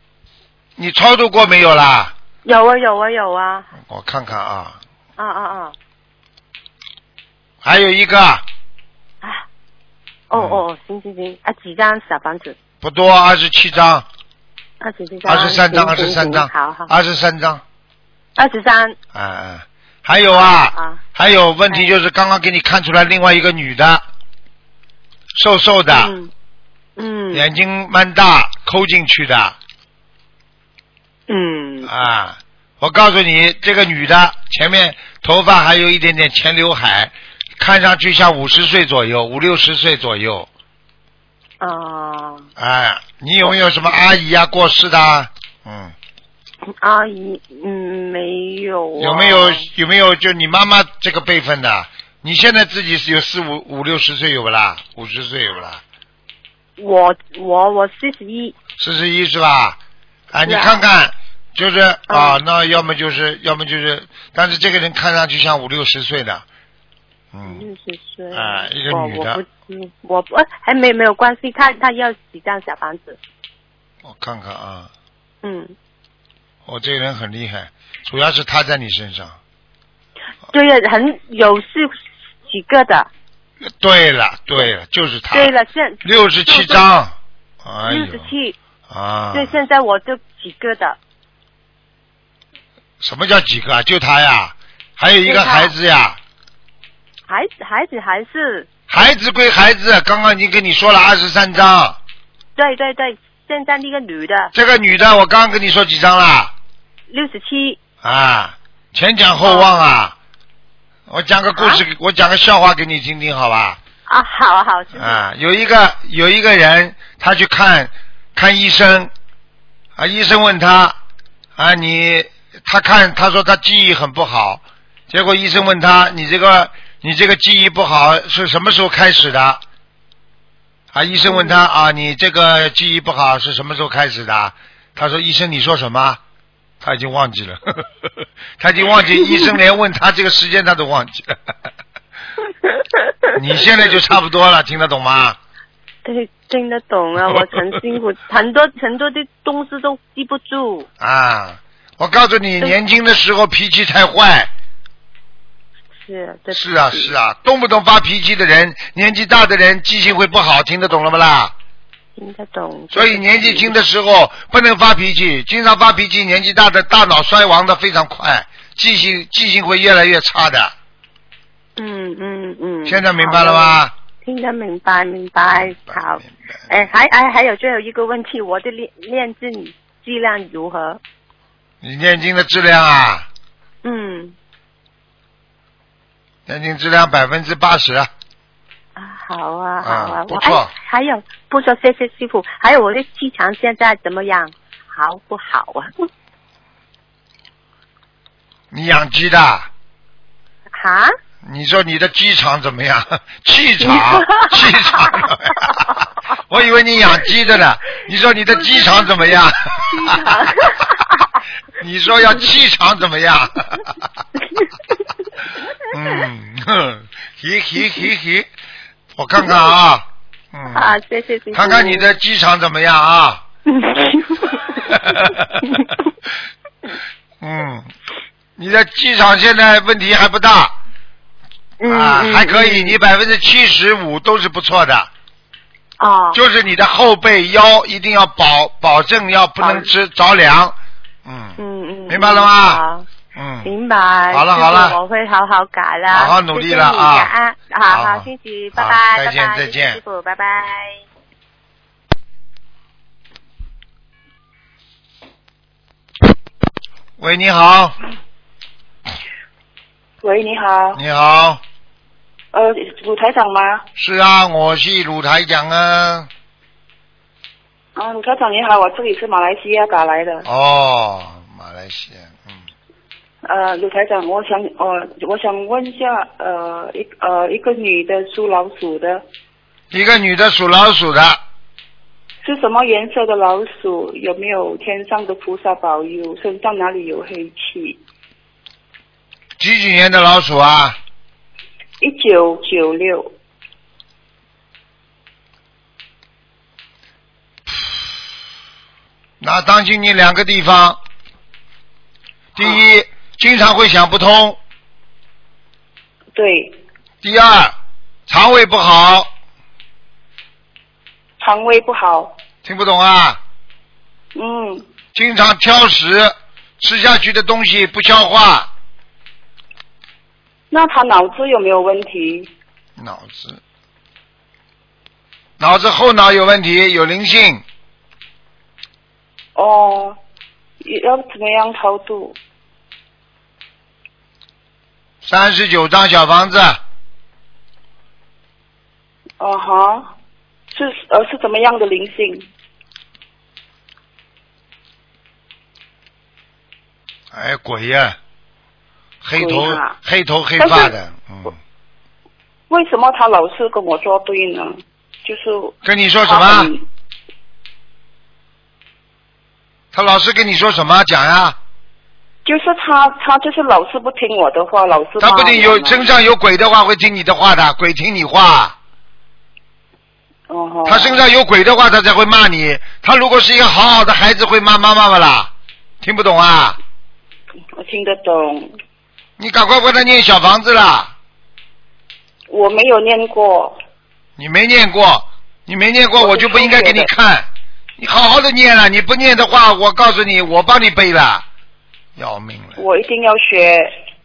你超度过没有啦？有啊有啊有啊我看看啊，啊啊啊还有一个啊！哦嗯哦，哦行行行，啊几张小房子？不多，二十七张，二十七张。二十三张，二行十行三张啊行好好，，二十三张，二十三。啊啊，还有啊，啊。还有问题就是刚刚给你看出来另外一个女的，瘦瘦的，嗯嗯眼睛蛮大，抠进去的，嗯啊，我告诉你，这个女的前面头发还有一点点前刘海，看上去像五十岁左右，五六十岁左右。啊哎，你有没有什么阿姨啊、过世的啊？嗯，阿姨嗯没有啊。有没有有没有就你妈妈这个辈分的？啊你现在自己是有四五五六十岁有不啦？五十岁有不啦？我我我四十一。四十一是吧？哎，你看看，就是啊，那要么就是，要么就是，但是这个人看上去像五六十岁的，嗯，六十岁哎一个我女我的不知，我不哎还没没有关系，他他要几张小房子？我看看啊，嗯，我哦这个人很厉害，主要是他在你身上。啊对呀，很有是几个的。对了，对了，就是他。对了，现六十七张，哎六呦十七，啊！对，现在我就几个的，什么叫几个啊？就他呀，还有一个对他孩子呀，孩子孩子还是孩子归孩子，刚刚已经跟你说了二十三张。对对对，现在那个女的这个女的，我刚刚跟你说几张啦？六十七，啊，前讲后忘啊！我讲个故事，我讲个笑话给你听听，好吧？啊，好啊好，是啊，有一个有一个人，他去看看医生，啊，医生问他，啊，你他看他说他记忆很不好，结果医生问他，你这个你这个记忆不好是什么时候开始的？啊，医生问他啊，你这个记忆不好是什么时候开始的？他说医生你说什么？他已经忘记了， 他已经忘记，医生连问他这个时间他都忘记了。你现在就差不多了，听得懂吗？对，听得 懂啊，我很辛苦，很多很多的东西都记不住，啊，我告诉你，对年轻的时候脾气太坏，是对不是啊起是啊，动不动发脾气的人，年纪大的人记性会不好，听得懂了不啦？听得懂，所以年纪轻的时候不能发脾气，经常发脾气，年纪大的大脑衰亡的非常快，记性记性会越来越差的。嗯嗯嗯，现在明白了好的？吗？听得明白明白，好。明白。哎，还还还有最后一个问题，我的练练字质量如何？你念经的质量啊，嗯念经质量百分之八十，啊，好啊，啊好啊，不我错哎。还有，不说谢谢师傅，还有我的气场现在怎么样？好不好啊？ 你养鸡的。哈？你说你的鸡场怎么样？ 气场，气场 怎么样？我以为你养鸡的呢。你说你的鸡场怎么样？ 你说要气场怎么样？嗯，哼嘿嘿嘿嘿，我看看啊，啊嗯，，谢谢师傅。嗯看看 你的 鸡场怎么样啊？ 嗯，你的机场现在问题还不大，嗯啊，嗯还可以，你百分之七十五都是不错的，哦，就是你的后背腰一定要保保证要不能吃着凉，嗯嗯嗯，明白了吗好嗯，明白。好了师傅好了我会好好改了，好好努力了啊谢谢你感恩好好好，谢谢，好拜拜，再见拜拜再见谢谢师傅，拜拜。喂，你好，喂，你好，你好，呃，鲁台长吗？是啊，我是鲁台长啊，啊，鲁台长你好，我这里是马来西亚打来的。哦，马来西亚，嗯，呃，鲁台长，我想呃，我想问一下，呃，一呃一个女的属老鼠的，一个女的属老鼠的，是什么颜色的老鼠？有没有天上的菩萨保佑？身上哪里有黑气？几几年的老鼠啊？一九九六，那当心你两个地方，第一，哦经常会想不通；对，第二，肠胃不好，肠胃不好，听不懂啊？嗯，经常挑食，吃下去的东西不消化，那她脑子有没有问题？脑子，脑子后脑有问题，有灵性，哦，要怎么样超度？三十九张小房子，哦哈，是呃是怎么样的灵性？哎，鬼呀、黑头鬼啊黑头黑但是发的，嗯，为什么他老是跟我作对呢？就是啊跟你说什他么？很他老是跟你说什么？讲呀、就是他，他就是老是不听我的话，老是啊他不听听有身上有鬼的话，会听你的话的，鬼听你话。哦他身上有鬼的话，他才会骂你。他如果是一个好好的孩子，会骂妈妈妈啦。听不懂啊？我听得懂，你赶快帮他念小房子啦！我没有念过，你没念过，你没念过，我就不应该给你看。你好好的念了，你不念的话，我告诉你，我帮你背了，要命了！我一定要学。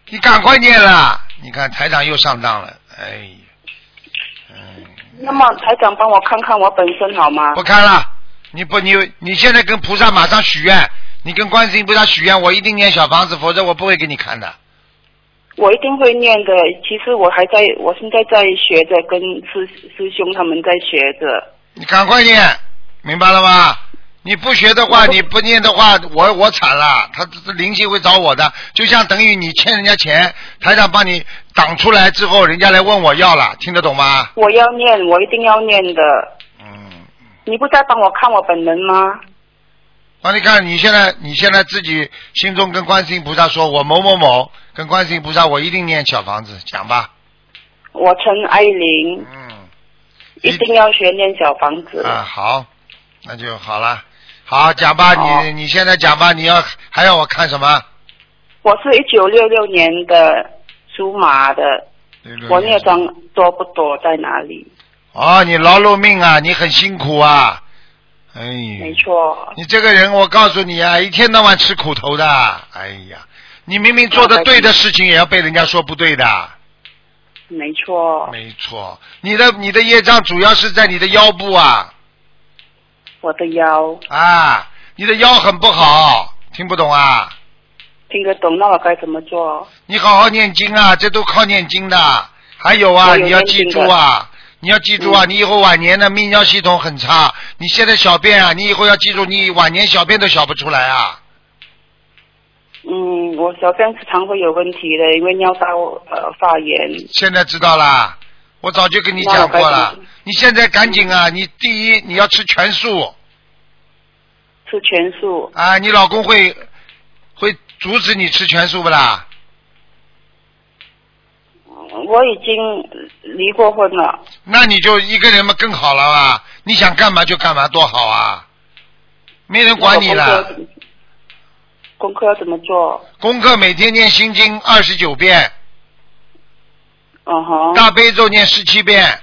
你赶快念了。你看台长又上当了，哎呀，那么台长帮我看看我本身好吗？不看了，你不你你现在跟菩萨马上许愿，你跟观世音菩萨许愿，我一定念小房子，否则我不会给你看的。我一定会念的。其实我还在，我现在在学着，跟师师兄他们在学着。你赶快念，明白了吗？你不学的话，你不念的话，我我惨了，他这灵性会找我的，就像等于你欠人家钱，台长帮你挡出来之后，人家来问我要了，听得懂吗？我要念，我一定要念的。嗯。你不再帮我看我本人吗？帮你看，你现在你现在自己心中跟观世音菩萨说，我某某某跟观世音菩萨，我一定念小房子，讲吧。我陈爱玲。嗯。一定要学念小房子。啊，好，那就好了。好，讲吧，你你现在讲吧，你要还要我看什么？我是一九六六年的属马的，我孽障多不多在哪里？哦，你劳碌命啊，你很辛苦啊。哎呀，没错，你这个人，我告诉你啊，一天到晚吃苦头的。哎呀，你明明做的对的事情，也要被人家说不对的。没错，没错，你的你的业障主要是在你的腰部啊我的腰啊，你的腰很不好，听不懂啊？听得懂，那我该怎么做？你好好念经啊，这都靠念经的。还有啊，我有你要念记经住的嗯啊，你要记住啊，你以后晚年的泌尿系统很差，你现在小便啊，你以后要记住，你晚年小便都小不出来啊。嗯，我小便时常会有问题的，因为尿道呃发炎。现在知道啦，我早就跟你讲过了。你现在赶紧啊，你第一你要吃全素。吃全素。啊，你老公会会阻止你吃全素不啦？我已经离过婚了，那你就一个人嘛更好了啊！你想干嘛就干嘛，多好啊！没人管你那我了功。课功课要怎么做？功课每天念心经二十九遍，嗯哼，大悲咒念十七遍，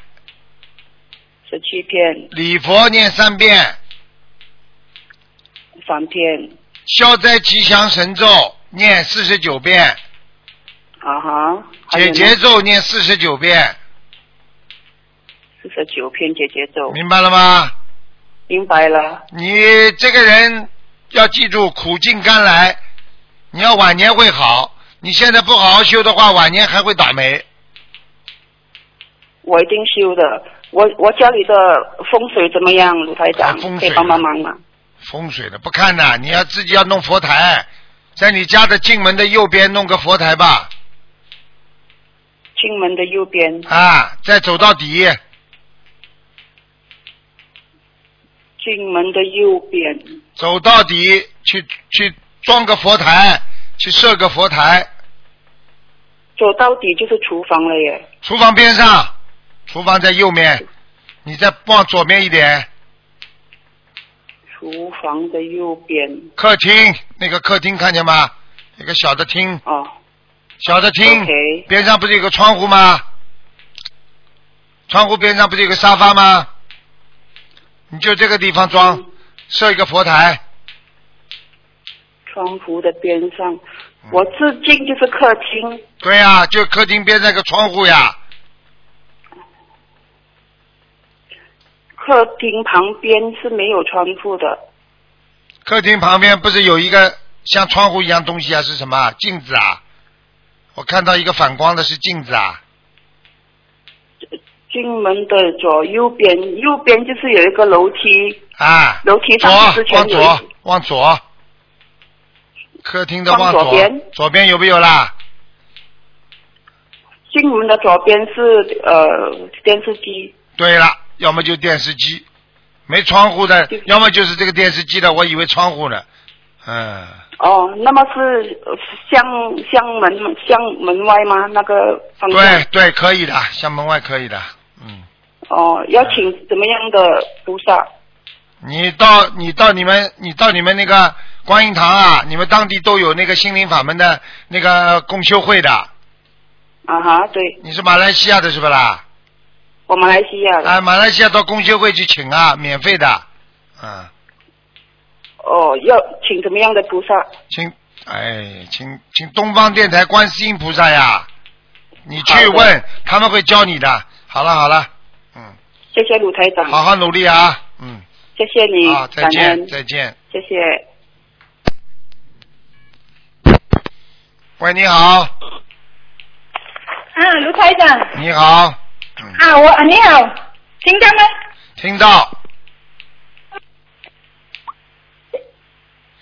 十七篇、礼佛念三遍，三篇，消灾吉祥神咒念四十九遍，啊哈，还有解呢结咒念四十九遍，四十九篇姐姐咒，明白了吗？明白了，你这个人要记住苦尽甘来，你要晚年会好。你现在不好好修的话，晚年还会倒霉。我一定修的。我我家里的风水怎么样，卢台长？啊风可水以帮帮忙吗？风水的不看呐，你要自己要弄佛台，在你家的进门的右边弄个佛台吧，进门的右边，啊，再走到底。进门的右边，走到底，去去装个佛台，去设个佛台，走到底就是厨房了耶。厨房边上，厨房在右面，你再往左面一点，厨房的右边，客厅那个客厅看见吗？一个小的厅，哦，小的厅 OK 边上不是有个窗户吗？窗户边上不是有个沙发吗？你就这个地方装，设一个佛台，窗户的边上，嗯我至近就是客厅，对呀、就客厅边上一个窗户呀，客厅旁边是没有窗户的，客厅旁边不是有一个像窗户一样东西啊？是什么啊？镜子啊？我看到一个反光的是镜子啊。进门的左右边，右边就是有一个楼梯，啊，楼梯左上面之前往有左往左，客厅的往往左边左边有没有啦？进门的左边是呃电视机，对了，要么就电视机，没窗户的，要么就是这个电视机的，我以为窗户呢，嗯，哦，那么是呃向向门向门外吗？那个方向？对对，可以的，向门外可以的，嗯。哦，要请怎么样的菩萨？你到你到你们你到你们那个观音堂啊，你们当地都有那个心灵法门的那个共修会的。啊哈，对，你是马来西亚的是不啦？我马来西亚的。啊，马来西亚到共修会去请啊，免费的。嗯，哦，要请怎么样的菩萨？请哎，请请东方电台观世音菩萨呀，你好去的问，他们会教你的。好了好了，嗯谢谢鲁台长，好好努力啊，嗯，谢谢你，啊，再感见恩，再见。谢谢。喂，你好，啊，卢台长你好，嗯啊，我你好，听到吗？听到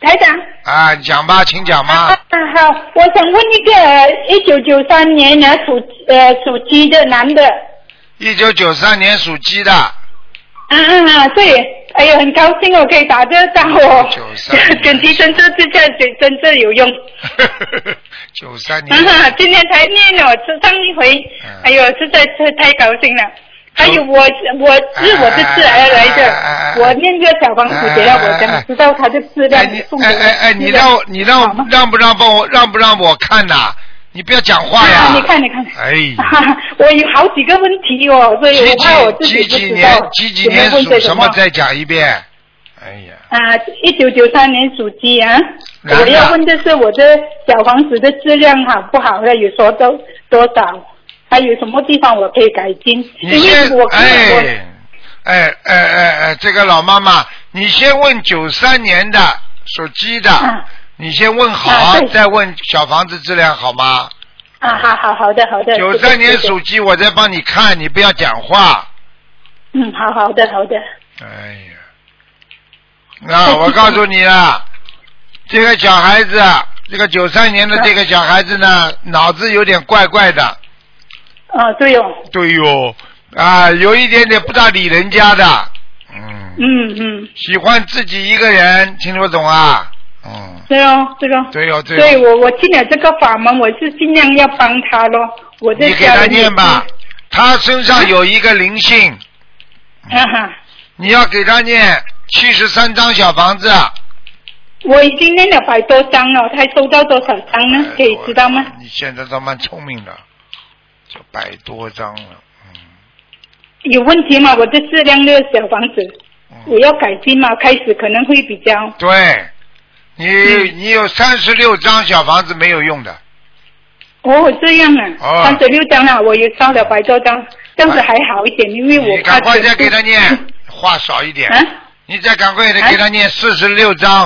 台长啊，你讲吧，请讲吧。啊，好，我想问一个一九九三年的属呃属鸡的男的，一九九三年属鸡的， 啊啊啊，对，哎呦，很高兴我可以打这个招哦， 跟提神这这这对真正有用，九三啊年哈，今天才念了，是上一回，嗯哎呦，实在是太高兴了。还有我我是我的自然而来啊的，我念个小房子给他，我想知道他的质量送给我。哎哎，你让我你让我让不让帮我让不让我看呐？你不要讲话呀！啊你看你看，哎，我有 好几个问题哦，所以我怕我自几己不几知年道几几有没年有问属这什种么？话再讲一遍。哎呀，啊，一九九三年属鸡啊。然我要呢问的是我的小房子的质量好不好了？有说到多少？还有什么地方我可以改进？因你先为我看我哎哎哎哎哎，这个老妈妈，你先问九三年的属鸡的，嗯你先问好啊，对再问小房子质量好吗？啊，好好好的好的。九谢谢三年属。谢谢鸡，我在帮你看，你不要讲话。嗯，好好的好的。哎呀，哎那我告诉你啊，这个小孩子，这个九三年的这个小孩子呢，脑子有点怪怪的。啊，对哟、对哟，啊，有一点点不大理人家的，嗯嗯，喜欢自己一个人，听得懂啊？嗯，对哦对哦。对哟、对对哟、我我进了这个法门，我是尽量要帮他咯。我在你给家他人也念吧，他身上有一个灵性，啊哈，你要给他念七十三张小房子。我已经念了百多张了，他收到多少张呢？哎可以知道吗？你现在倒蛮聪明的，这百多张了。有问题吗？我的质量的小房子，哦我要改进嘛，开始可能会比较嗯对，你、嗯你有三十六张小房子没有用的，哦这样啊，哦三十六张了，我有烧了百多张，这样子还好一点，因为嗯我你怕赶快全再部给他 念，话少一点，啊你再赶快的给他念四十六张，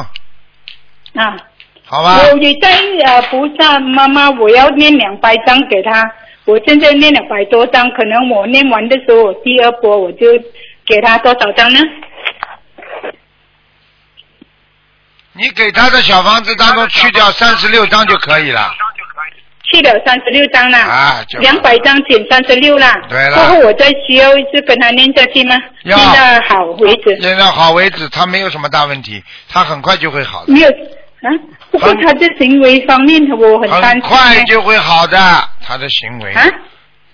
啊。好吧？我也在呃菩萨妈妈，我要念两百张给他。我现在念两百多张，可能我念完的时候，我第二波我就给他多少张呢？你给他的小房子当中去掉三十六张就可以了。去了三十六张啦，啊就嗯两百张减三十六啦。对了过后我再需要一直跟他念下去吗？要念到好为止。念到好为止，他没有什么大问题，他很快就会好的，没有啊，不过他的行为方面我很担很心。快就会好的，他的行为。啊，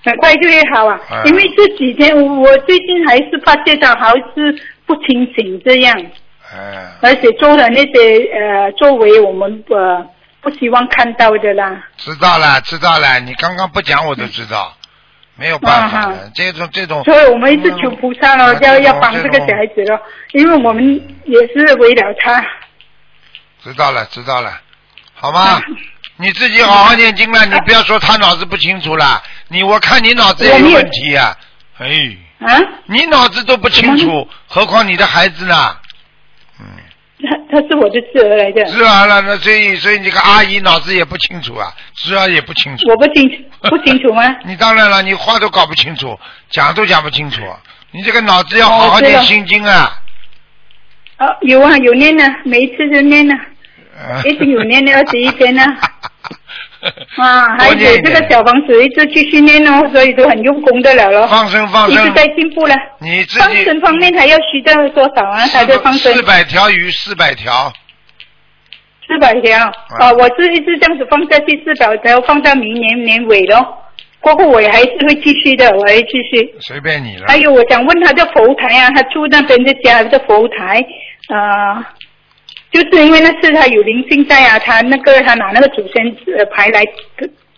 很快就会好啊，啊因为这几天我最近还是发现到还是不清醒这样，哎而且做了那些呃作为我们呃不希望看到的啦。知道了，知道了，你刚刚不讲我都知道，没有办法啊的，这种这种。所以我们一直求菩萨哦咯，要要帮这个小孩子咯，因为我们也是为了他。知道了，知道了，好啊吗？你自己好好念经了，你不要说他脑子不清楚了，你我看你脑子也有问题啊，哎，啊，你脑子都不清楚，何况你的孩子呢？ 他他是我的侄儿来的，是啊，那那所以所以你这个阿姨脑子也不清楚啊，是啊也不清楚。我不 清不清楚吗？你当然了，你话都搞不清楚，讲都讲不清楚，你这个脑子要好好哦对念了心经啊。啊，有啊，有念呢，每一次就念呢，啊嗯一直有念呢，二十一 天呢。啊，还有多念一这点个小房子一直继续念哦，所以都很用功的了咯。放生放生一直在进步了。你自放己生方面还要需要多少啊？还在放生四百条鱼，四百条，四百条啊，我是一直这样子放下去四百条，放到明年年尾咯。过后我还是会继续的，我还继续。随便你了。还哎有，我想问他的佛台啊，他住那边的家的佛台，呃，就是因为那是他有灵性在啊，他那个他拿那个祖先呃牌来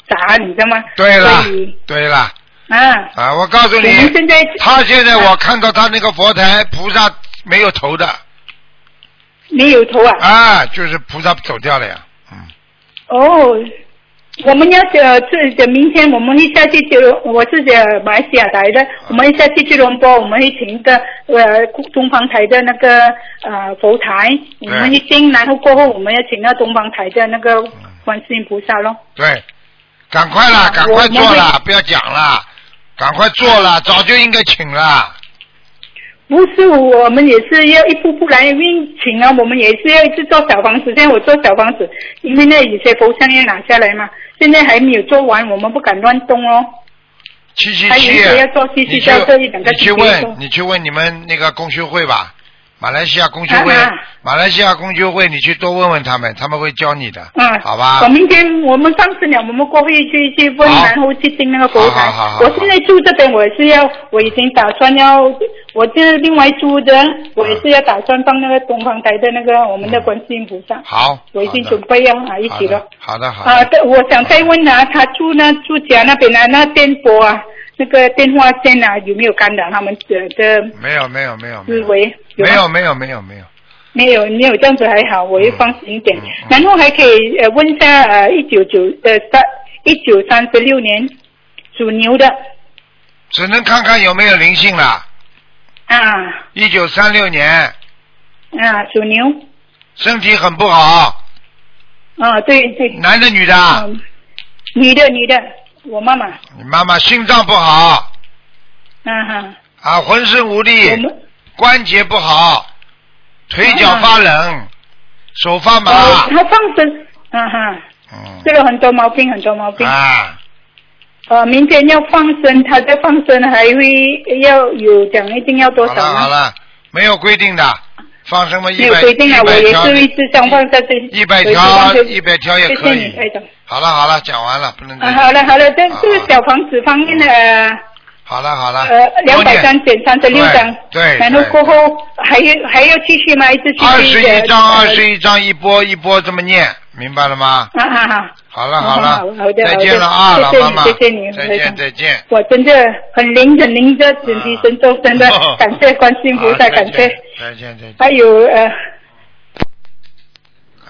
砸，你知道吗？对了所以，对了。啊。啊，我告诉你我们现在，啊他现在我看到他那个佛台菩萨没有头的。没有头啊。啊，就是菩萨走掉了呀。嗯哦，我们要呃，这这明天我们一下去就，我是呃马来西亚来的，我们一下去吉隆坡，我们会请一个呃东方台的那个呃佛台，我们一进，然后过后我们要请那东方台的那个观世音菩萨咯。对，赶快啊啦，赶快做啦，不要讲啦，赶快做啦，早就应该请啦。不是，我们也是要一步步来，因为请啊，我们也是要一直做小房子。现在我做小房子，因为那有些佛像要拿下来嘛，现在还没有做完，我们不敢乱动哦。七七还有一七，些要做七你去七加这一两个你去星期问做你去问你们那个公修会吧，马来西亚公修会啊啊，马来西亚公修会，你去多问问他们，他们会教你的，嗯，好吧我？明天我们上次了，我们过去去去问，好然后去订那个佛台。好好好好我现在住这边，我是要，我已经打算要，我这另外租的，我也是要打算放那个东方台的那个我们的观世音菩萨。好，我已经好的准备要啊一好起了的。好的好啊，的，对，我想再问啊，他住那住家那边啊，那电波啊，那个电话线啊，有没有干扰他们的的没有没有没有没思有维？没有有啊吗没有没有没有，没有没有这样子还好，嗯我也放心一点。然后还可以呃问一下呃一九九呃三一九三十六年属牛的只能看看有没有灵性了。啊一九三六年，啊属牛身体很不好，啊对对，男的女的？嗯女的女的，我妈妈你妈妈心脏不好啊哈，啊，浑身无力我，们关节不好，腿脚发冷，手发麻，哦她放生啊哈，嗯这个很多毛病很多毛病。啊。呃，明天要放生，他在放生还会要有讲一定要多好少了好呢？了，没有规定的，放什么没一有百规定啊，一我百也条是一直想放在这里。一百我一直条放在一百条也谢可谢你，以。嗯台长。好了好了，讲完了，不能再啊，讲。好了好了，这好这个小房子方面的好了好了。呃两啊多百念张减三十六张，对，然后过后还要还要继续吗？一直继续二十的一张，呃二十一张，一波一波这么念，明白了吗？啊啊啊！好了好了好好好，的再见了啊，好的老妈妈，谢谢你再谢谢你见再见。我真的很灵很灵的，准提神咒， 真的啊感谢观世音菩萨，好感谢。，再见再见。还有呃。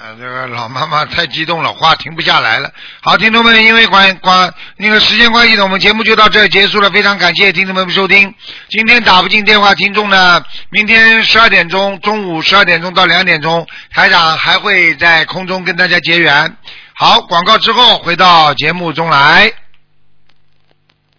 啊，这个老妈妈太激动了，话停不下来了。好，听众们，因为关关那个时间关系呢，我们节目就到这儿结束了。非常感谢听众们收听。今天打不进电话，听众呢，明天十二点钟，中午十二点钟到两点钟，台长还会在空中跟大家结缘。好，广告之后回到节目中来。